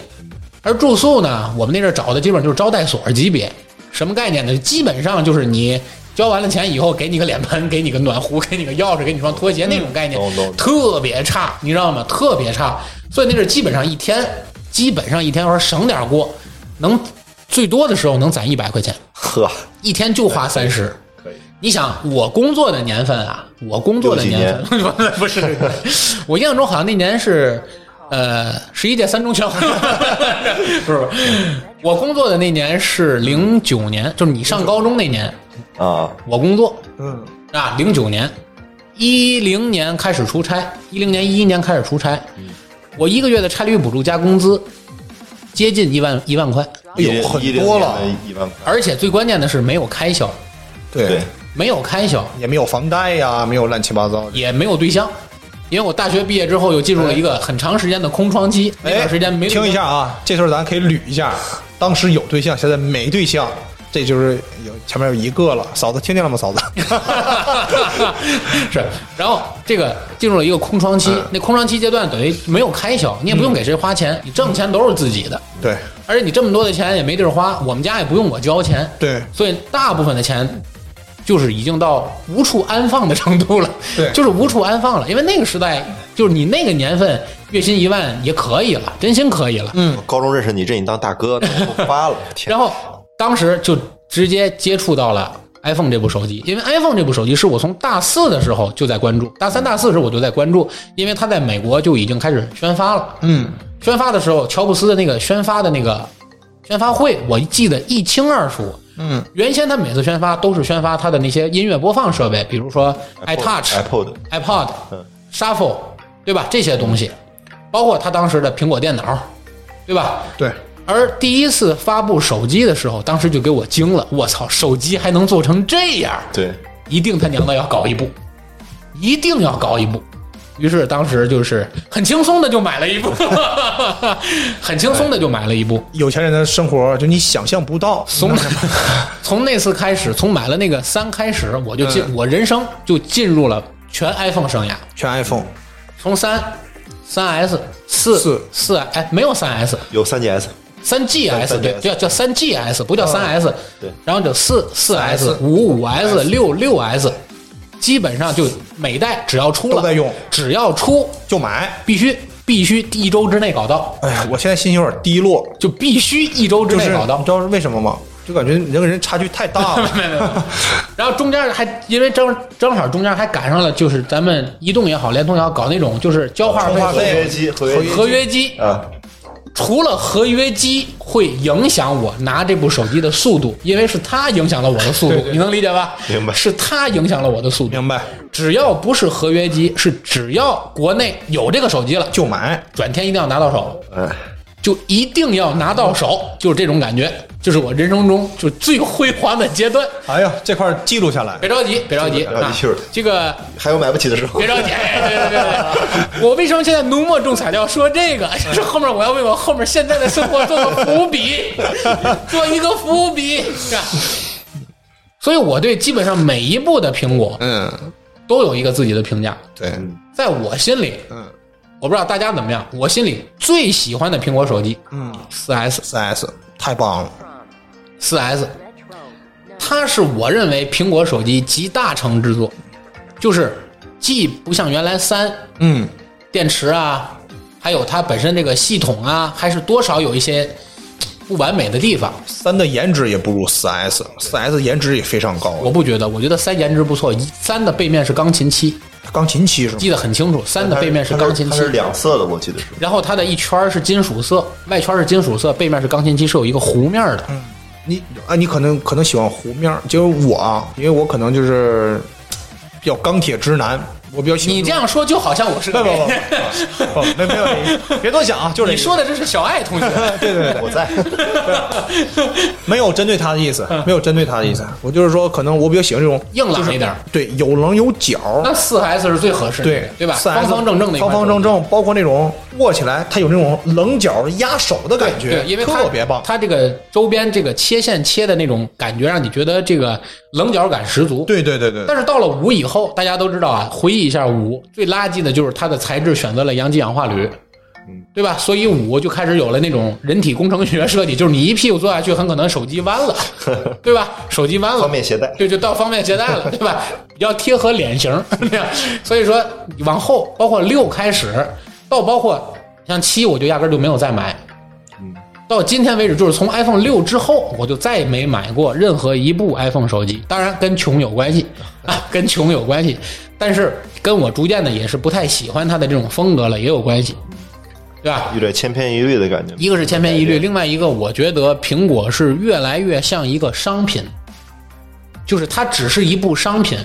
而住宿呢，我们那阵儿找的基本就是招待所级别，什么概念呢？基本上就是你交完了钱以后，给你个脸盆，给你个暖壶，给你个钥匙，给你双拖鞋那种概念嗯懂懂，懂特别差，你知道吗？特别差。所以那阵儿基本上一天，基本上一天，我说省点儿过，能最多的时候能攒一百块钱，呵，一天就花三十。可以，你想我工作的年份啊，我工作的年 份不是，我印象中好像那年是呃十一届三中全会，不是不是，我工作的那年是零九年，就是你上高中那年，啊，我工作嗯，啊，零九年，一零年开始出差，一零年一一年开始出差，我一个月的差旅补助加工资接近一万一万块，哎呦一很一零多年了的一万块，而且最关键的是没有开销，对对，，没有开销，也没有房贷呀，没有乱七八糟的。也没有对象，因为我大学毕业之后又进入了一个很长时间的空窗期，那哎，段时间没对象听一下啊，这事儿咱可以捋一下。当时有对象，现在没对象，这就是有前面有一个了。嫂子听见了吗？嫂子， 是，然后这个进入了一个空窗嗯期，那空窗期阶段等于没有开销，你也不用给谁花钱，你挣钱都是自己的，对而且你这么多的钱也没地儿花，我们家也不用我交钱，对，所以大部分的钱就是已经到无处安放的程度了，对就是无处安放了，因为那个时代就是你那个年份月薪一万也可以了，真心可以了，我高中认识你，这你当大哥呢， 我不花了，天，嗯然后当时就直接接触到了 iPhone 这部手机，因为 iPhone 这部手机是我从大四的时候就在关注，大三、大四时候我就在关注，因为它在美国就已经开始宣发了。嗯，宣发的时候，乔布斯的那个宣发的那个宣发会，我记得一清二楚。嗯，原先他每次宣发都是宣发他的那些音乐播放设备，比如说 iTouch、 iPod， iPod 嗯、 Shuffle，对吧？这些东西，包括他当时的苹果电脑，对吧？对，而第一次发布手机的时候，当时就给我惊了，我操，手机还能做成这样，对，一定他娘的要搞一部，一定要搞一部。于是当时就是很轻松的就买了一部， 很轻松的就买了一部。有钱人的生活就你想象不到，从 从那次开始，从买了那个三开始，我就进、我人生就进入了全 iPhone 生涯，全 iPhone，从三、三 S、四、四四哎没有三 S，有三 GS，三 GS 三对 3GS 叫叫三 GS 啊不叫三 S，对然后就四四 S 4S 五五 S 六六 S，基本上就每代只要出了都在用只要出就买。必须必须一周之内搞到，哎呀，我现在心情有点低落，就必须一周之就内是搞你到。知道是为什么吗？就感觉人跟人差距太大了。 没有没有没有然后中间还因为正正好中间还赶上了，就是咱们移动也好，联通也好，搞那种就是交话啊充话合费费约机，合约合约机，啊，除了合约机会影响我拿这部手机的速度，因为是它影响了我的速度，你能理解吧？明白是它影响了我的速度。明白，只要不是合约机，是只要国内有这个手机了，就买。转天一定要拿到手，哎，就一定要拿到手，就是这种感觉，就是我人生中就最辉煌的阶段。哎呀，这块儿记录下来别。着急，别着急，别着急啊气儿这个还有买不起的时候别，着急，哎对对对对，我为什么现在浓墨重彩的要说这个？ 就是后面我要为我后面现在的生活做个伏笔，做一个伏笔。是吧所以我对基本上每一部的苹果嗯，都有一个自己的评价，对，在我心里，嗯我不知道大家怎么样，我心里最喜欢的苹果手机，嗯，四 S，四 S 太棒了。四 S，它是我认为苹果手机集大成之作，就是既不像原来三嗯，电池啊，还有它本身这个系统啊，还是多少有一些嘖不完美的地方。三的颜值也不如四 S，四 S 颜值也非常高。我不觉得，我觉得三颜值不错。一三的背面是钢琴漆，钢琴七是吗？记得很清楚，三的背面是钢琴它漆是，两色的，我记得是，然后它的一圈是金属色，外圈是金属色，背面是钢琴漆，是有一个弧面的。你啊，你可能可能喜欢弧面儿，就是我啊，因为我可能就是比较钢铁直男，我比较喜欢你这样说就好像我是不个不变态。不不不，没没有这意思，别多想啊，就是你这意思说的这是小爱同学， 对对对，我在，没有针对他的意思，嗯没有针对他的意思，我就是说，可能我比较喜欢这种硬朗一点儿。对有棱有角，那四 S 是最合适的，对嗯对吧？ 4S 方方正正的一方款手机，方正正，包括那种握起来，它有那种棱角压手的感觉，对，因为它特别棒。它这个周边这个切线切的那种感觉，让你觉得这个棱角感十足。对对对对，但是到了五以后，大家都知道啊，回忆一下五最垃圾的就是它的材质选择了阳极氧化铝，嗯对吧？所以五就开始有了那种人体工程学设计，就是你一屁股坐下去，很可能手机弯 了，对吧？手机弯了，方便携带对，就到方便携带了，对吧？比较贴合脸 型，这样。所以说往后，包括六开始，到包括像七，我就压根儿就没有再买。到今天为止，就是从 iPhone 六之后，我就再也没买过任何一部 iPhone 手机。当然，跟穷有关系啊，跟穷有关系。但是跟我逐渐的也是不太喜欢它的这种风格了，也有关系，对吧？有点千篇一律的感觉。一个是千篇一律，另外一个我觉得苹果是越来越像一个商品，就是它只是一部商品，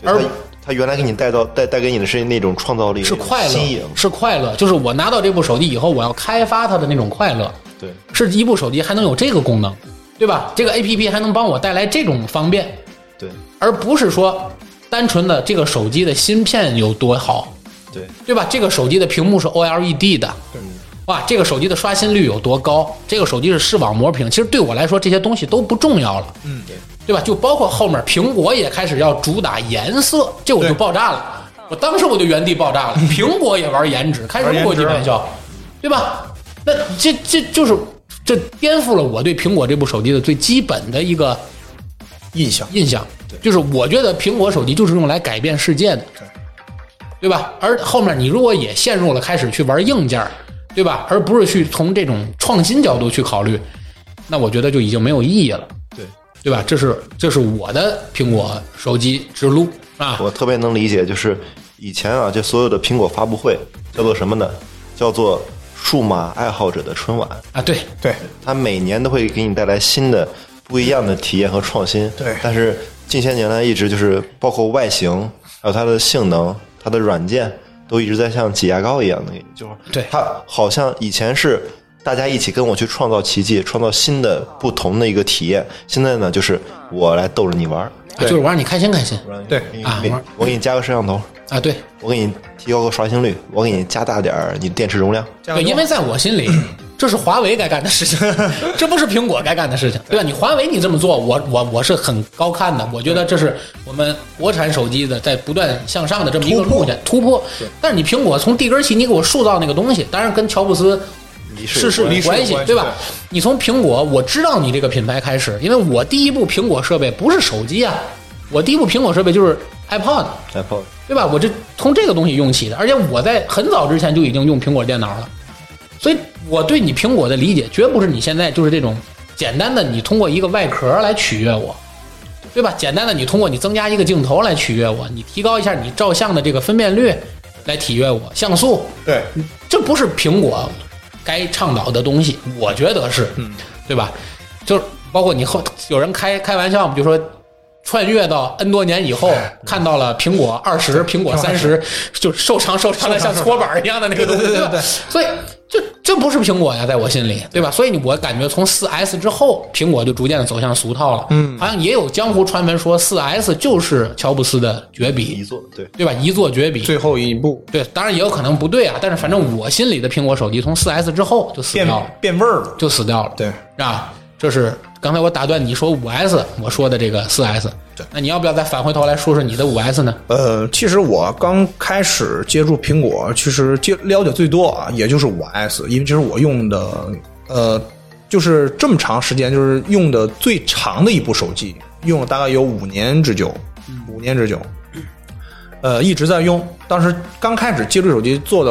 对而它它原来给你带到带带给你的是那种创造力，是快那种新乐颖，，是快乐。就是我拿到这部手机以后，我要开发它的那种快乐，对，是一部手机还能有这个功能，对吧？这个 A P P 还能帮我带来这种方便，对，而不是说单纯的这个手机的芯片有多好，对，嗯对吧？这个手机的屏幕是 O L E D 的，哇，这个手机的刷新率有多高？这个手机是视网膜屏，其实对我来说这些东西都不重要了，嗯，对吧？就包括后面苹果也开始要主打颜色，这我就对爆炸了，我当时我就原地爆 炸了。苹果也玩颜值，啊开什么国际玩笑，对吧？那这这就是这颠覆了我对苹果这部手机的最基本的一个印象印象，就是我觉得苹果手机就是用来改变世界的，对吧？而后面你如果也陷入了开始去玩硬件儿，对吧？而不是去从这种创新角度去考虑，那我觉得就已经没有意义了，对，对吧？这是这是我的苹果手机之路啊，我特别能理解，就是以前啊，这所有的苹果发布会叫做什么呢？叫做数码爱好者的春晚。啊，对，对它每年都会给你带来新的、不一样的体验和创新。对但是近些年来一直就是包括外形，还有它的性能、它的软件，都一直在像挤牙膏一样的，就是对它好像以前是大家一起跟我去创造奇迹，创造新的、不同的一个体验，现在呢就是我来逗着你玩儿。啊就是我让你开心开心我让你对给你啊每玩儿我给你加个摄像头，啊，对，我给你提高个刷新率，我给你加大点儿你电池容量。这样对，因为在我心里。 这是华为该干的事 情，这不是苹果该干的事情，对吧？你华为你这么做，我我我是很高看的，我觉得这是我们国产手机的在不断向上的这么一个路线突破。但是你苹果从地根起，你给我塑造那个东西，当然跟乔布斯离世是是离有世有关系关，系对吧对？你从苹果，我知道你这个品牌开始，因为我第一部苹果设备不是手机啊，我第一部苹果设备就是 iPod。 iPod 对吧？我这从这个东西用起的，而且我在很早之前就已经用苹果电脑了，所以我对你苹果的理解绝不是你现在就是这种简单的你通过一个外壳来取悦我，对吧？简单的你通过你增加一个镜头来取悦我，你提高一下你照相的这个分辨率来体悦我，像素对这不是苹果该倡导的东西，我觉得是，嗯对吧？就是包括你后有人开开玩笑嘛，就说穿越到 N 多年以后，哎看到了苹果二十、苹果三十，就瘦长瘦长的像搓板一样的那个东西，对对对吧对？所以这这不是苹果呀，在我心里，对吧？所以我感觉从四 S 之后，苹果就逐渐的走向俗套了，嗯，好像也有江湖传闻说四 S 就是乔布斯的绝一笔，座，对，对吧？一作绝笔，最后一步对，当然也有可能不对啊，但是反正我心里的苹果手机从4 S 之后就死变掉了，变味儿了，就死掉了。对啊，这是刚才我打断你说5 S，我说的这个4 S。对那你要不要再返回头来说说你的5 S 呢？呃，其实我刚开始接触苹果，其实接了解最多啊，也就是五 S，因为这是我用的，呃，就是这么长时间，就是用的最长的一部手机，用了大概有五年之久，五年之久，呃，一直在用。当时刚开始接触手机，做的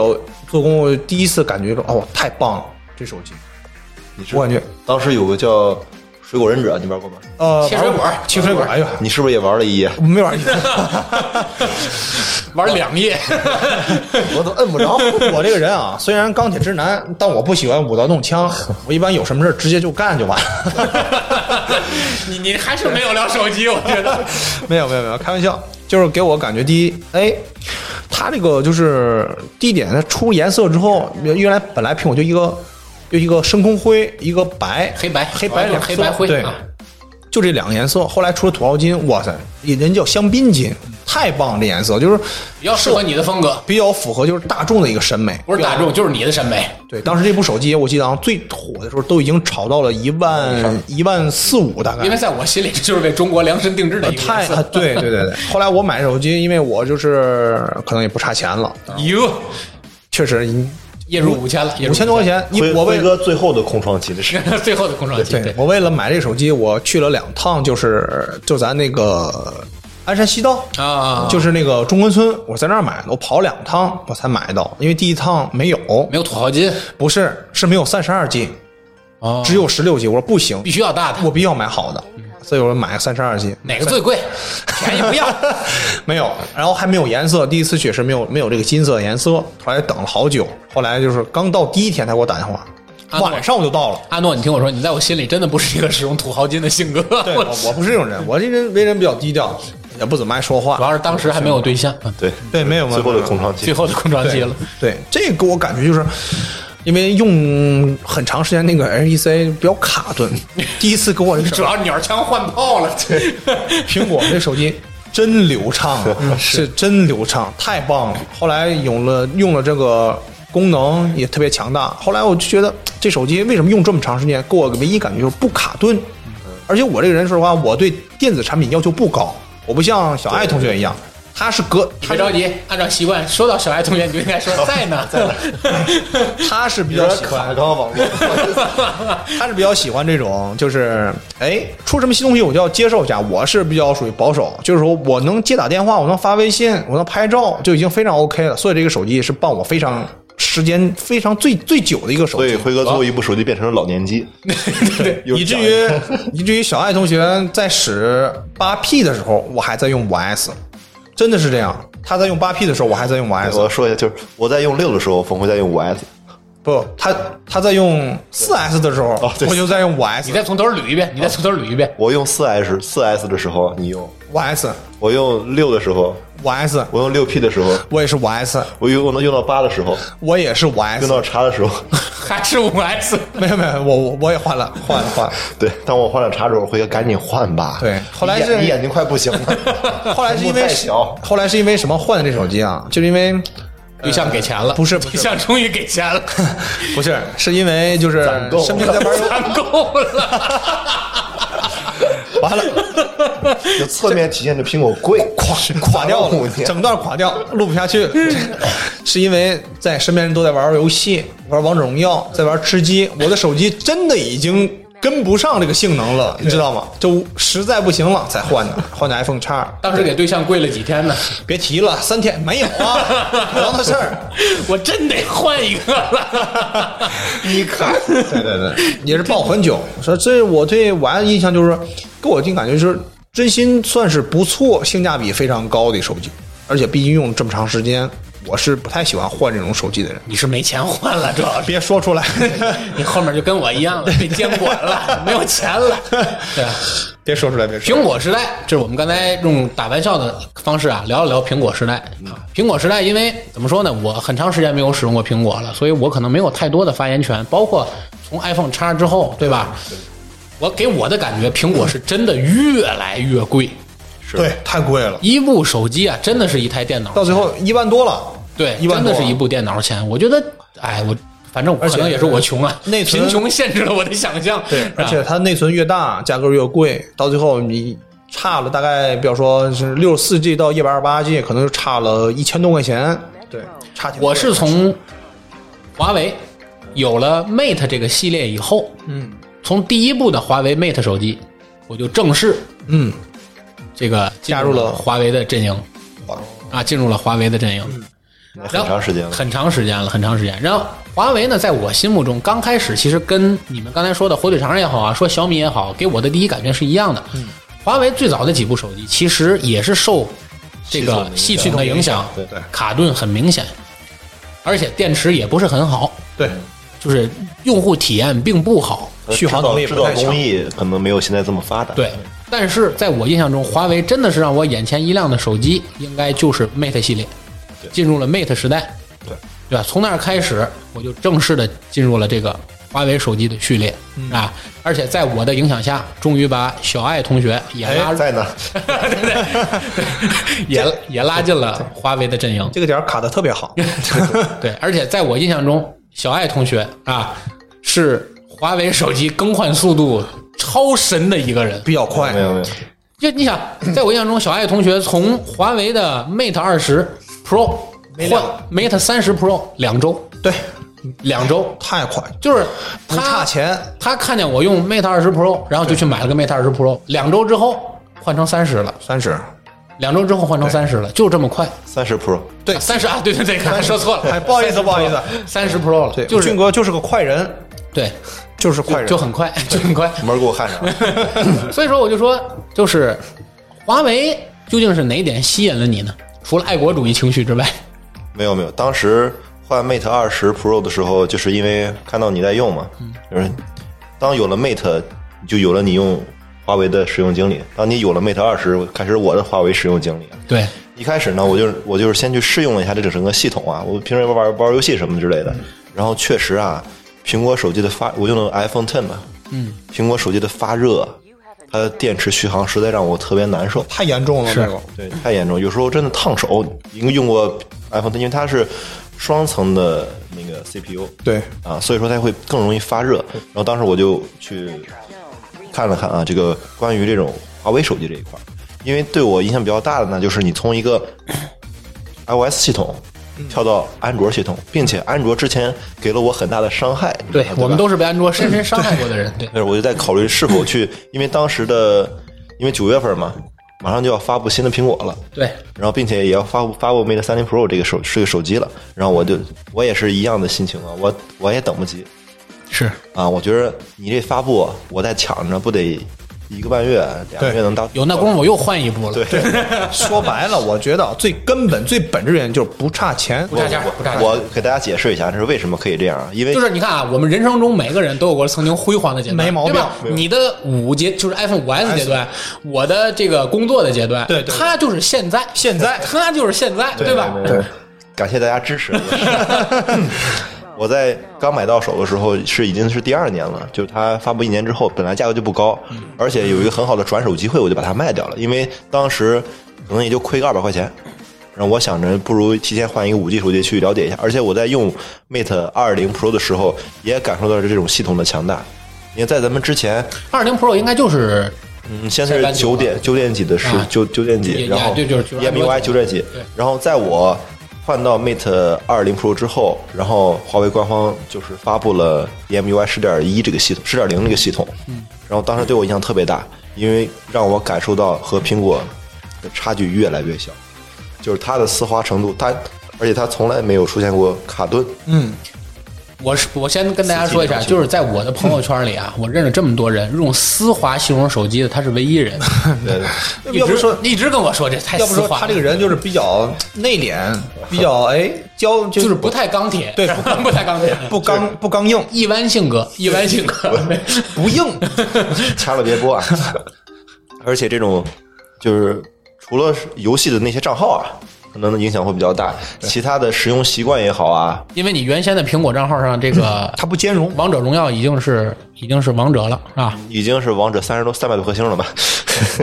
做工，我第一次感觉说，哦，太棒了，这手机，你知道我感觉当时有个叫水果忍者》，你玩过吗？呃，切水果玩切水果，哎呀，你是不是也玩了一夜？没玩儿，玩两夜， 我都摁不 着。我这个人啊，虽然钢铁直男，但我不喜欢舞刀弄枪，我一般有什么事儿直接就干就完了。你你还是没有聊手机，我觉得。 没有没有没有，开玩笑，就是给我感觉，第一，哎，它这个就是地点，它出颜色之后，原来本来苹果就一个就一个深空灰，一个白黑白 黑白两色黑白灰对啊，就这两个颜色。后来出了土豪金，哇塞，人叫香槟金，太棒了，这颜色就是比较适合你的风格，比较符合就是大众的一个审美，不是大众就是你的审美。对，当时这部手机我记得好像最火的时候都已经炒到了一嗯万一万四五大概因为。在我心里，这就是为中国量身定制的一个太颜啊色。对对对对，后来我买手机，因为我就是可能也不差钱了，啊哟，确实你月入五千了，五千多块钱，你辉我为辉哥最后的空窗期，那是钱， 最后的空窗期。对我为了买这手机，我去了两趟，就是就咱那个鞍山西道啊，就是那个中关村，我在那儿买的，我跑两趟我才买到，因为第一趟没有，没有土豪金不是是没有三十二 G，哦只有十六 G，我说不行必，须嗯要大的。我必须要买好的，所以我说买三十二 G，哪个最贵？便宜不要。 没有，然后还没有颜色，第一次去是没有没有这个金色的颜色，后来等了好久，后来就是刚到第一天他给我打电话，啊晚上我 就到了。阿诺，你听我说，你在我心里真的不是一个使用土豪金的性格。对我我不是这种人，我这人为人比较低调，也不怎么爱说 主话。要是当时还没有对象，嗯对对没有没有最后的没有空窗期最。后的空窗期对了。对，这给我感觉就是。因为用很长时间那个 HEC 比较卡顿，第一次给 我这个主要鸟枪换炮了， 对，苹果这手机真流畅啊，是真流畅，太棒了。后来有了用了这个功能也特别强大。后来我就觉得这手机为什么用这么长时间，给我唯一感觉就是不卡顿。而且我这个人说实话，我对电子产品要求不高，我不像小爱同学一样，他是隔你他别着 急，按照习惯，说到小爱同学，你就应该说在呢， 在呢。他是比有较点喜卡欢刚刚网络，他是比较喜欢这种，就是哎，出什么新东西我就要接受一下。我是比较属于保守，就是说我能接打电话，我能发微信，我能拍照，就已经非常 OK 了。所以这个手机是伴我非常时间非常最最久的一个手所以机。辉哥最后一部手机变成了老年机，对以至于 以至于小爱同学在使八 P 的时候，我还在用五 S，真的是这样。他在用八 P 的时候，我还在用五 S。我说一下，就是我在用六的时候，冯辉在用五 S，不，他他在用四 S 的时候，哦对我就在用五 S 你。再从头捋一 遍，你再从头捋一遍。我用四 S 四 S 的时候你用，五 S，我用六的时候，五 S，我用六 P 的时候，我也是五 S，我用我能用到八的时候，我也是五 S 用。到叉的时候，还是五 S， 没有没有，我我我也换了换了换 了。对，当我换了叉之后，辉哥赶紧换吧。对后来你眼是你眼睛快不行 了，后来是因屏为幕太小，后来是因为什么换的这手机啊？就是因为对象给钱了，不是不对是象终于给钱 了，不是是因为就是攒够身边在玩 儿攒够了，完了就侧面体现着苹果贵，垮垮掉五了，年整段垮掉，录不下去 了。是因为在身边人都在玩儿游戏，玩儿王者荣耀，在玩儿吃鸡，我的手机真的已经。跟不上这个性能了，你知道吗？就实在不行了才换的，换的 iPhone 叉。当时给对象跪了几 天呢？别提了，三天没有 啊，不当的事儿。我真得换一个 了。你看，对对对，也是抱很久。说这我对我爱的印象就是，给我一感觉就是真心算是不错，性价比非常高的一手机，而且毕竟用这么长时间，我是不太喜欢换这种手机的人。你是没钱换了，主要是别说出来，你后面就跟我一样了，被监管了，没有钱了。对啊， 别说出来，别说出来。苹果时代，这是我们刚才用打玩笑的方式啊，聊一聊苹果时代嗯啊。苹果时代，因为怎么说呢，我很长时间没有使用过苹果了，所以我可能没有太多的发言权。包括从 iPhone 叉之后，对吧？我给我的感觉，苹果是真的越来越贵。对，太贵了，一部手机啊，真的是一台电脑到，最后一万多了。对，一万真多啊的是一部电脑钱。我觉得，哎，我反正我而且可能也是我穷啊，内存贫穷限制了我的想象。对是，吧而且它内存越大，价格越贵，到最后你差了大概，比方说是六十四 G 到一百二十八 G，可能就差了一千多块钱。对，差挺多我的。是从华为有了 Mate 这个系列以后，嗯从第一部的华为 Mate 手机，我就正式嗯，这个进加入了华为的阵营好啊，进入了华为的阵营。那很然后长时间了很长时间了，很长时间。然后华为呢，在我心目中刚开始其实跟你们刚才说的火腿肠也好啊，说小米也好，给我的第一感觉是一样的。华为最早的几部手机其实也是受这个系系统统的的影影响响，对对卡顿很明显，而且电池也不是很好，对，就是用户体验并不好。续航能力制不造太制造强工。艺可能没有现在这么发达。对，但是在我印象中，华为真的是让我眼前一亮的手机，应该就是 Mate 系列，进入了 Mate 时代，对对吧？从那儿开始，我就正式的进入了这个华为手机的序列、嗯啊！而且在我的影响下，终于把小爱同学也拉哎，在呢， 也也拉进了华为的阵营。这个点儿卡的特 别好，对，而且在我印象中，小爱同学啊是华为手机更换速度超神的一个人。比较快没。有没有，就你想，在我印象中，小爱同学从华为的 Mate 二十 Pro 换 Mate 三十 Pro 两周，对，两周，太快了，就是不他差。钱。他看见我用 Mate 二十 Pro，然后就去买了个 Mate 二十 Pro，两周之后换成三十了，三十，两周之后换成三十了，就这么快。三十 Pro 对三十啊，对对对，刚才说错了，哎，不好意思，不好意思，三十 Pro 了，对，就是俊哥就是个快人，对，就是快人，就很快， 就很快。门儿给我焊上了， 所以说，我就说，就是华为究竟是哪点吸引了你呢？除了爱国主义情绪之外，没有没有，当时换 Mate 二十 Pro 的时候，就是因为看到你在用嘛，嗯就是当有了 Mate，就有了你用华为的使用经历。当你有了 Mate 二十，开始我的华为使用经历。对，一开始呢，我就是我就是先去试用了一下这整个系统啊，我平时玩玩玩游戏什么之类的，然后确实啊，苹果手机的发，我用的 iPhone Ten 嘛，嗯，苹果手机的发热，它的电池续航实在让我特别难受。太严重了，这个对，太严重，有时候真的烫手。因为用过 iPhone，因为它是双层的那个 CPU，对，啊，所以说它会更容易发热。然后当时我就去看了看啊，这个关于这种华为手机这一块儿，因为对我影响比较大的呢，就是你从一个 iOS 系统嗯跳到安卓系统，并且安卓之前给了我很大的伤害，你知 道对吧我们都是被安卓深深伤害过的人，对，那我就在考虑是否去，因为当时的因为九月份嘛，马上就要发布新的苹果了。对，然后并且也要发布发布 Mate 30 Pro 这个手这个手机了，然后我就我也是一样的心情啊，我我也等不及是啊，我觉得你这发布我再抢着不得一个半月两个月能到有那功夫我又换一部了，对，说白了，我觉得最根本、最本质原因就是不差钱。不差价，不差价。我给大家解释一下，这是为什么可以这样啊？因为就是你看啊，我们人生中每个人都有过曾经辉煌的阶段，没毛病对吧没有你的五阶就是 iPhone 五 S 阶段，我的这个工作的阶段，对对对他就是现在，现在他就是现在，对吧？对，感谢大家支持。 我在刚买到手的时候是已经是第二年了，就是它发布一年之后，本来价格就不高，而且有一个很好的转手机会，我就把它卖掉了，因为当时可能也就亏个二百块钱。然后我想着，不如提前换一个五 G 手机去了解一下。而且我在用 Mate 二零 Pro 的时候，也感受到了这种系统的强大。因为在咱们之前，二零 Pro 应该就是嗯，先下是班就九点九点几的是啊九九点也几，然后，E 也就是就是也没有 i 九点几对，然后在我换到 Mate 二零 Pro 之后，然后华为官方就是发布了 E EMUI 十点一这个系统，十点零这个系统，嗯，然后当时对我影响特别大，因为让我感受到和苹果的差距越来越小，就是它的丝滑程度，它而且它从来没有出现过卡顿，我是我先跟大家说一下，四 G 就是在我的朋友圈里啊，我认识这么多人用丝滑形容手机的，他是唯一人。对， 要不说，一直跟我说这太要不丝说滑了，他这个人就是比较内敛，比较哎娇，就就是不太钢铁， 对不太钢铁，不刚不刚硬，一般性格，一般性格。不硬。掐了别播啊！而且这种就是除了游戏的那些账号啊，可能影响会比较大，其他的使用习惯也好啊，因为你原先的苹果账号上这个嗯他不兼 容，王者荣耀已经是已经是王者了，啊是吧？嗯已经是王者三十多三百多颗星了吧，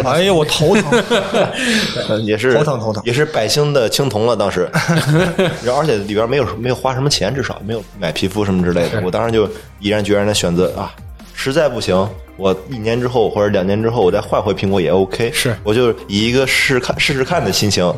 哎呀，我头疼。 呃也是头疼头疼也是百星的青铜了当时， 然后而且里边没有没有花什么钱，至少没有买皮肤什么之类的，我当时就毅然决然的选择啊，实在不行。我一年之后或者两年之后，我再换回苹果也 OK。是我就以一个试试看、试试看的心情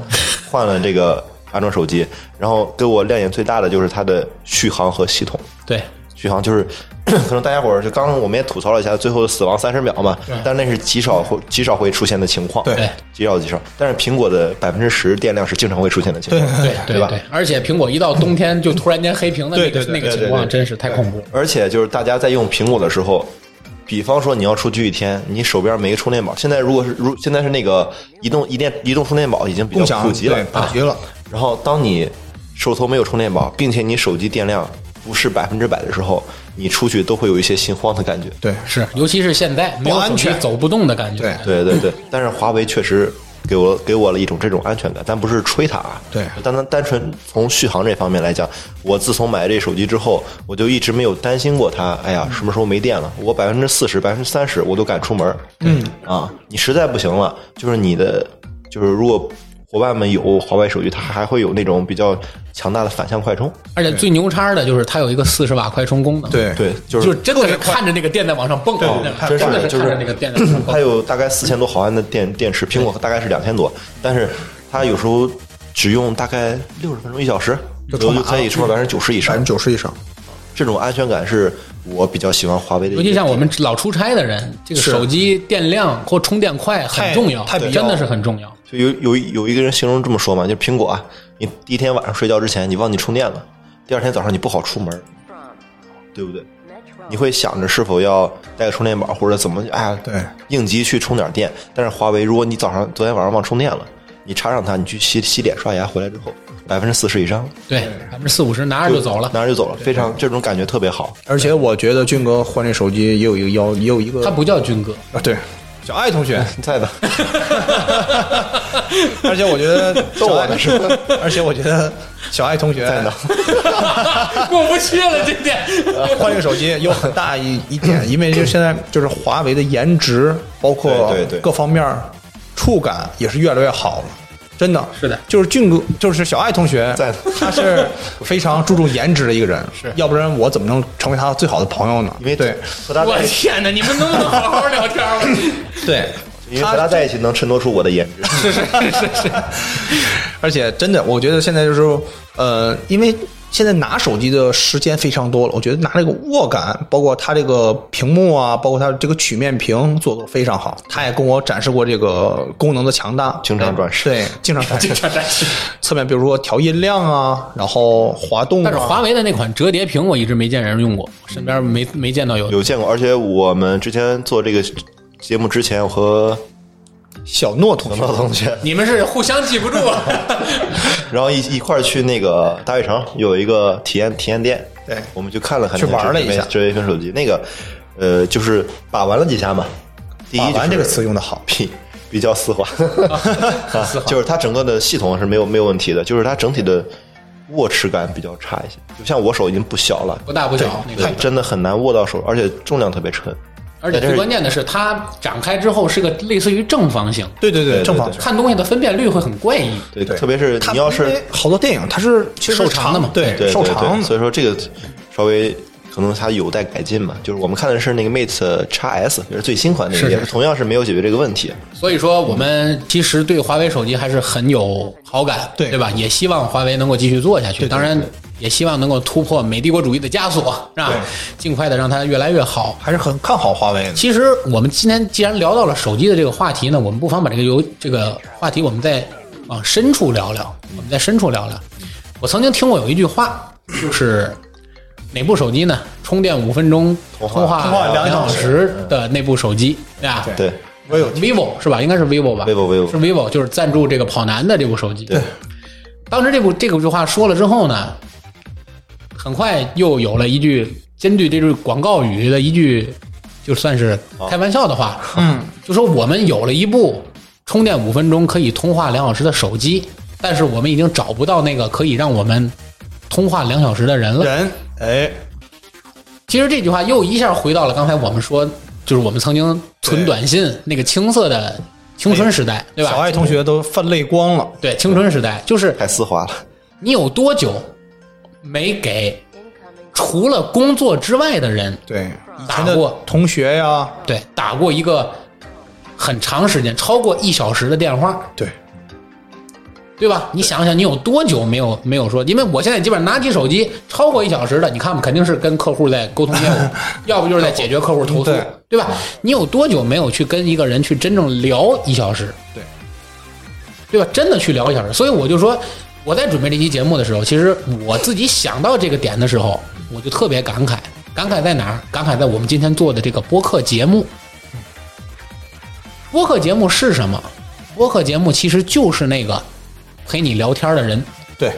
换了这个安卓手机，然后给我亮眼最大的就是它的续航和系统。对，续航，就是 可能大家伙儿就刚刚我们也吐槽了一下，最后死亡三十秒嘛，但那是极少会极少会出现的情况，对，极少极少。但是苹果的百分之十电量是经常会出现的情况，对对吧对，而且苹果一到冬天就突然间黑屏的那对个对对那个对对情况对真是太恐怖了。而且就是大家在用苹果的时候，比方说你要出去一天，你手边没个充电宝，现在如果是如现在是那个移动移电移动充电宝已经比共较享普及了对，普啊，及了，然后当你手头没有充电宝，并且你手机电量不是百分之百的时候，你出去都会有一些心慌的感觉。对，是，尤其是现在没有安手机全走不动的感觉。对对对对，但是华为确实给我给我了一种这种安全感，但不是吹它啊。对单单单纯从续航这方面来讲，我自从买这手机之后，我就一直没有担心过它。哎呀，什么时候没电了？我百分之四十、百分之三十我都敢出门。嗯啊，你实在不行了，就是你的，就是如果伙伴们有华为手机，它还会有那种比较强大的反向快充。而且最牛叉的就是它有一个四十瓦快充功能。。对，对，就是就真的是看着那个电在往上蹦，真的真是的的就是嗯看着那个电在往上它蹦。有大概四千多毫安的电电池，苹果大概是两千多，但是它有时候只用大概六十分钟一小时，就就充满嗯就可以充到百分之九十以百上分。之九十以上，这种安全感是我比较喜欢华为的一尤个，其像我们老出差的人，这个是手机电量或充电快很太重要，太必要真的是很重要。就有有有一个人形容这么说嘛，就苹果啊，你第一天晚上睡觉之前你忘记充电了，第二天早上你不好出门，对不对？你会想着是否要带个充电宝或者怎么，哎呀，对，应急去充点电。但是华为，如果你早上昨天晚上忘充电了，你插上它，你去洗洗脸刷牙回来之后，百分之四十以上对，百分之四五十拿着就走了。拿着就走了，非常这种感觉特别好。而且我觉得俊哥换这手机也有一个要，也有一个他不叫军哥，啊，对，小爱同 学，在的，而且我觉得逗我呢的是， 而且我觉得小爱同 学在呢过不去了这点。换这个手机有很大一一点，因为就现在就是华为的颜值，包括对对对各方面儿触感也是越来越好了。真的是的就是俊哥，就是小爱同学，在呢他是非常注重颜值的一个人，是要不然我怎么能成为他最好的朋友呢？因为 对和他 我在一起，天哪，你们能不能好好聊天儿？对，因为和他在一起能衬托出我的颜 值。是是是是，而且真的，我觉得现在就是呃，因为现在拿手机的时间非常多了，我觉得拿这个握感，包括它这个屏幕啊，包括它这个曲面屏做的非常好。他也跟我展示过这个功能的强大，嗯经常展示对，经常展示但是侧面，比如说调音量啊，然后滑动、啊，但是华为的那款折叠屏，我一直没见人用过，身边没没见到有。有见过，而且我们之前做这个节目之前，我和 小诺同学老同学，你们是互相记不住啊？然后一一块儿去那个大悦城有一个体验体验店，对我们去看了看，去玩了一下折叠屏手机那个，呃，就是把玩了几下嘛。第一、把就是，玩这个词用的好， 比比较 丝滑，啊 就是它整个的系统是没有没有问题的，就是它整体的握持感比较差一些。就像我手已经不小了，不大不小那个对，，真的很难握到手，而且重量特别沉。而且但最是关键的是，它展开之后是个类似于正方形，对对对正对方对向。看东西的分辨率会很怪异。对，对特别是它你要是因为好多电影，它是其实是瘦长的嘛对对瘦对长对的，所以说这个稍微可能它有待改进嘛。就是我们看的是那个 Mate x S，也是最新款那是个，是也是同样是没有解决这个问题。所以说，我们其实对华为手机还是很有好感，对吧？也希望华为能够继续做下去，当然也希望能够突破美帝国主义的枷锁，是吧对？尽快的让它越来越好。还是很看好华为的。其实我们今天既然聊到了手机的这个话题呢，我们不妨把这个由这个话题我们再往深处聊聊，我们在深处聊聊。我曾经听过有一句话，就是哪部手机呢？充电五分钟，通话话通话两两小小时的那部手机，对吧？对，我有 vivo 是吧？应该是 vivo 吧 vivo，vivo 是 vivo，就是赞助这个跑男的这部手机。对，当时这部这个句话说了之后呢，很快又有了一句针对这句广告语的一句，就算是哦开玩笑的话，嗯，就说我们有了一部充电五分钟可以通话两小时的手机，但是我们已经找不到那个可以让我们通话两小时的人了。人，哎，其实这句话又一下回到了刚才我们说，就是我们曾经存对短信那个青涩的青春时代，对吧？哎小爱同学都泛泪光了。对青春时代，就是太丝滑了。你有多久没给除了工作之外的人对，以打前过的同学呀，对打过一个很长时间超过一小时的电话？对，对吧？你想想，你有多久没有没有说？因为我现在基本上拿起手机超过一小时的，你看吧，肯定是跟客户在沟通业务， 要不就是在解决客户投诉对，对吧？你有多久没有去跟一个人去真正聊一小时？对，对吧？真的去聊一小时。所以我就说，我在准备这期节目的时候，其实我自己想到这个点的时候，我就特别感慨。感慨在哪儿？感慨在我们今天做的这个播客节目。嗯播客节目是什么？播客节目其实就是那个陪你聊天的人。对，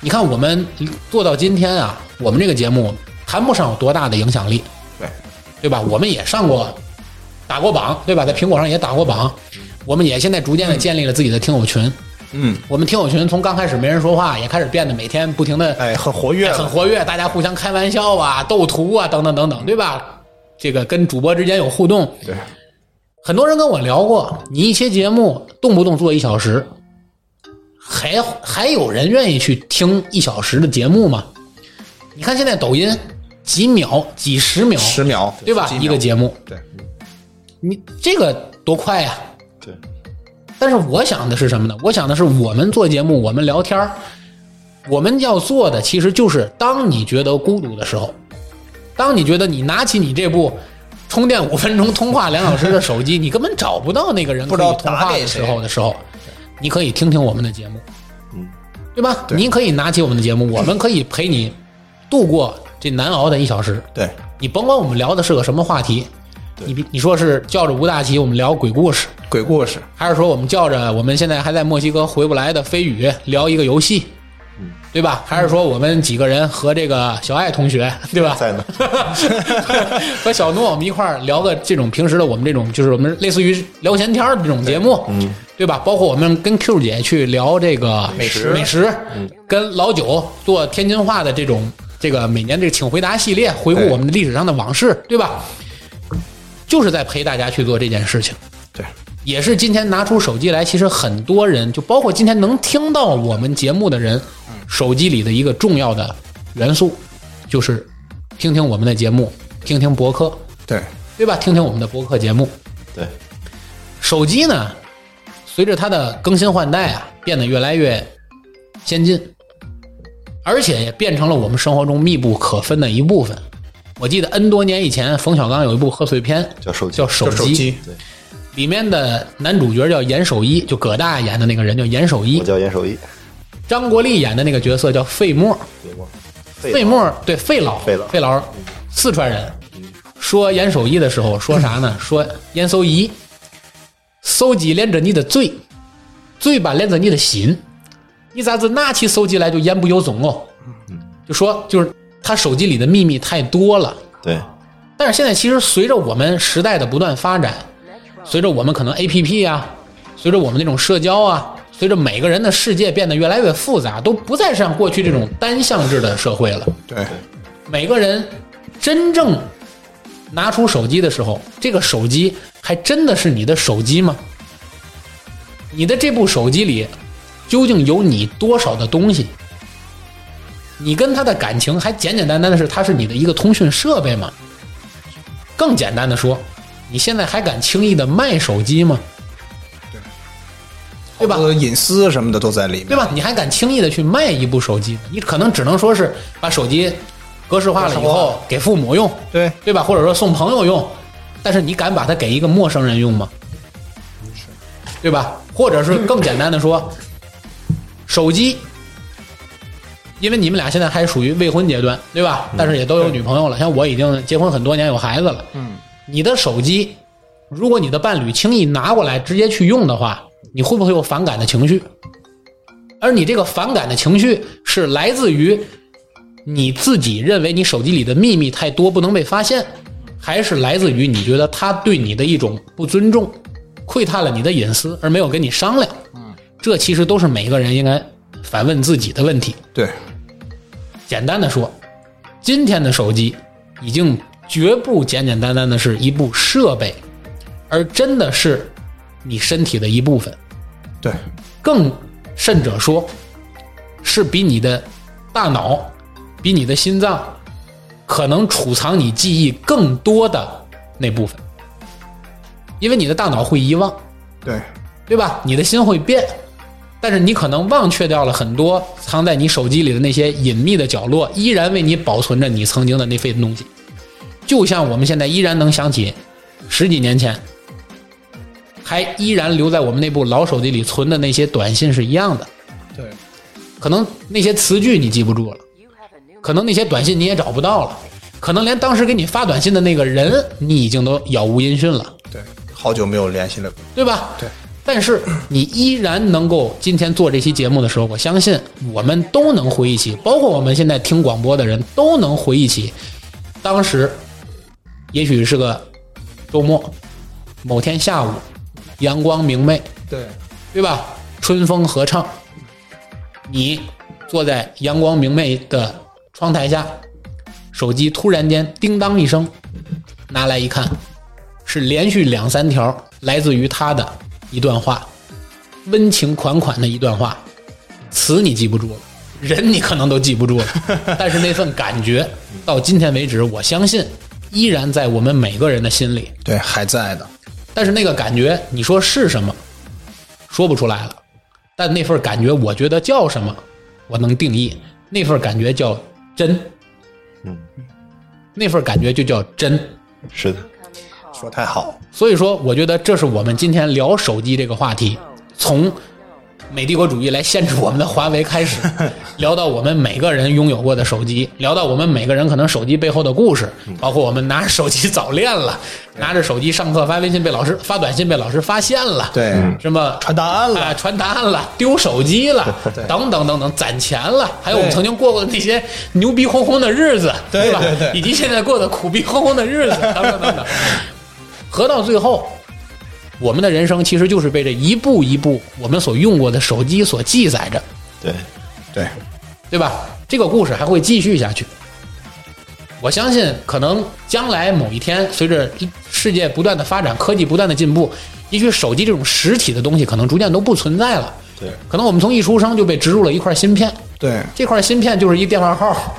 你看，我们做到今天啊，我们这个节目谈不上有多大的影响力，对，对吧？我们也上过，打过榜，对吧？在苹果上也打过榜，我们也现在逐渐的建立了自己的听友群。嗯，我们听友群从刚开始没人说话，也开始变得每天不停的哎，很活跃很了，活跃，大家互相开玩笑啊、斗图啊等等等等，对吧？这个跟主播之间有互动，对，很多人跟我聊过，你一期节目动不动做一小时，还还有人愿意去听一小时的节目吗？你看现在抖音几秒、几十秒，十秒对吧几？秒一个节目，对，你这个多快呀、对，但是我想的是什么呢？我想的是我们做节目，我们聊天儿，我们要做的其实就是，当你觉得孤独的时候，当你觉得你拿起你这部充电五分钟、通话两小时的手机，你根本找不到那个人可不知道以通打话给的时谁候的时候，你可以听听我们的节目，嗯，对吧？你可以拿起我们的节 目，我们可以陪你度过这难熬的一小时。对，你甭管我们聊的是个什么话题，你比你说是叫着吴大奇我们聊鬼故事，鬼故事，还是说我们叫着我们现在还在墨西哥回不来的飞宇聊一个游戏，嗯对吧？还是说我们几个人和这个小爱同学，对吧？在呢， 和小诺我们一块儿聊个这种平时的我们这种就是我们类似于聊闲天儿的这种节目，对吧？包括我们跟 Q 姐去聊这个嗯美食嗯美食，跟老九做天津话的这种这个每年这个请回答系列，回顾对我们的历史上的往事，对吧？就是在陪大家去做这件事情。对，也是今天拿出手机来，其实很多人，就包括今天能听到我们节目的人，手机里的一个重要的元素，就是听听我们的节目，听听博客，对，对吧？听听我们的博客节目。对，手机呢，随着它的更新换代啊，变得越来越先进，而且也变成了我们生活中密不可分的一部分。我记得 N 多年以前，冯小刚有一部贺岁片叫手机叫《手就手机，里面的男主角叫严守一，就葛大爷演的那个人叫严守一我，叫严守一，张国立演的那个角色叫费默，别忘了费默对费老，费老费老，四川人。说严守一的时候说啥 呢？说严守一，手机连着你的嘴，嘴巴连着你的心，你咋子拿起手机来就言不由衷哦？就说就是他手机里的秘密太多了。对，但是现在其实随着我们时代的不断发展，随着我们可能 A P P 啊，随着我们那种社交啊，随着每个人的世界变得越来越复杂，都不再是像过去这种单向制的社会了。对，每个人真正拿出手机的时候，这个手机还真的是你的手机吗？你的这部手机里究竟有你多少的东西？你跟他的感情还简简单单的是，它是你的一个通讯设备吗？更简单的说，你现在还敢轻易的卖手机吗？对吧？好多隐私什么的都在里面，对吧？你还敢轻易的去卖一部手机？你可能只能说是把手机格式化了以格式后给父母用，对，对吧？或者说送朋友用，但是你敢把它给一个陌生人用吗？对吧？或者是更简单的说，手机，因为你们俩现在还属于未婚阶段，对吧？但是也都有女朋友了，像我已经结婚很多年，有孩子了。嗯，你的手机，如果你的伴侣轻易拿过来直接去用的话，你会不会有反感的情绪？而你这个反感的情绪是来自于你自己认为你手机里的秘密太多不能被发现，还是来自于你觉得他对你的一种不尊重，窥探了你的隐私而没有跟你商量？这其实都是每个人应该反问自己的问题。对，简单的说，今天的手机已经绝不简简单单的是一部设备，而真的是你身体的一部分。对，更甚者说，是比你的大脑、比你的心脏可能储藏你记忆更多的那部分，因为你的大脑会遗忘，对，对吧？你的心会变，但是你可能忘却掉了很多藏在你手机里的那些隐秘的角落，依然为你保存着你曾经的那份东西。就像我们现在依然能想起十几年前，还依然留在我们那部老手机里存的那些短信是一样的。对，可能那些词句你记不住了，可能那些短信你也找不到了，可能连当时给你发短信的那个人你已经都杳无音讯了，对，好久没有联系了。对吧？对。但是你依然能够今天做这期节目的时候，我相信我们都能回忆起，包括我们现在听广播的人都能回忆起，当时也许是个周末，某天下午，阳光明媚，对，对吧？春风合唱，你坐在阳光明媚的窗台下，手机突然间叮当一声，拿来一看，是连续两三条来自于他的一段话，温情款款的一段话，词你记不住了，人你可能都记不住了，但是那份感觉到今天为止，我相信依然在我们每个人的心里。对，还在的。但是那个感觉，你说是什么，说不出来了。但那份感觉，我觉得叫什么，我能定义。那份感觉叫真，嗯，那份感觉就叫真。是的，说太好，所以说，我觉得这是我们今天聊手机这个话题，从美帝国主义来限制我们的华为开始，聊到我们每个人拥有过的手机，聊到我们每个人可能手机背后的故事，包括我们拿着手机早恋了，拿着手机上课发微信被老师发短信被老师发现了，对，什么传答案了啊，传答案了，丢手机了，等等等等，攒钱了，还有我们对曾经过过的那些牛逼哄哄的日子，对吧？对对以及现在过的苦逼哄哄的日 子，等等等等。合到最后，我们的人生其实就是被这一步一步我们所用过的手机所记载着，对，对，对吧？这个故事还会继续下去。我相信，可能将来某一天，随着世界不断的发展，科技不断的进步，也许手机这种实体的东西可能逐渐都不存在了。对，可能我们从一出生就被植入了一块芯片，对，这块芯片就是一电话号。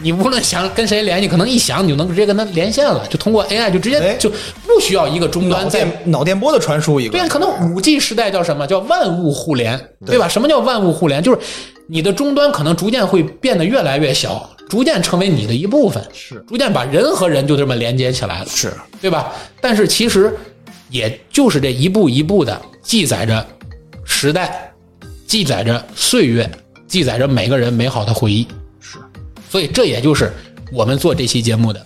你无论想跟谁联系，可能一响你就能直接跟他连线了，就通过 AI 就直哎接就不需要一个终脑端再电脑电波的传输一个，对啊，可能五 G 时代叫什么？叫万物互联，对吧？什么叫万物互联？就是你的终端可能逐渐会变得越来越小，逐渐成为你的一部分，是逐渐把人和人就这么连接起来了，是，对吧？但是其实也就是这一步一步的记载着时代，记载着岁月，记载着每个人美好的回忆。是，所以这也就是我们做这期节目的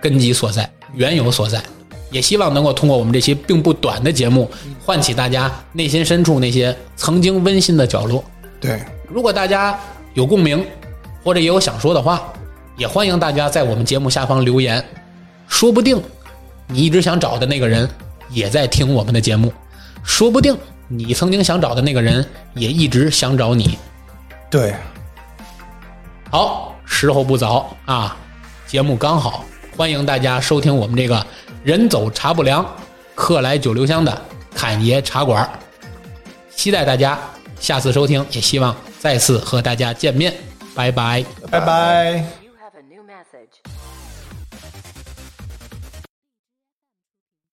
根基所在、缘由所在。也希望能够通过我们这期并不短的节目，唤起大家内心深处那些曾经温馨的角落。对，如果大家有共鸣，或者也有想说的话，也欢迎大家在我们节目下方留言。说不定你一直想找的那个人也在听我们的节目，说不定你曾经想找的那个人也一直想找你。对，好，时候不早啊，节目刚好，欢迎大家收听我们这个“人走茶不凉，客来酒留香”的侃爷茶馆儿，期待大家下次收听，也希望再次和大家见面，拜拜。拜拜。 You have a new message.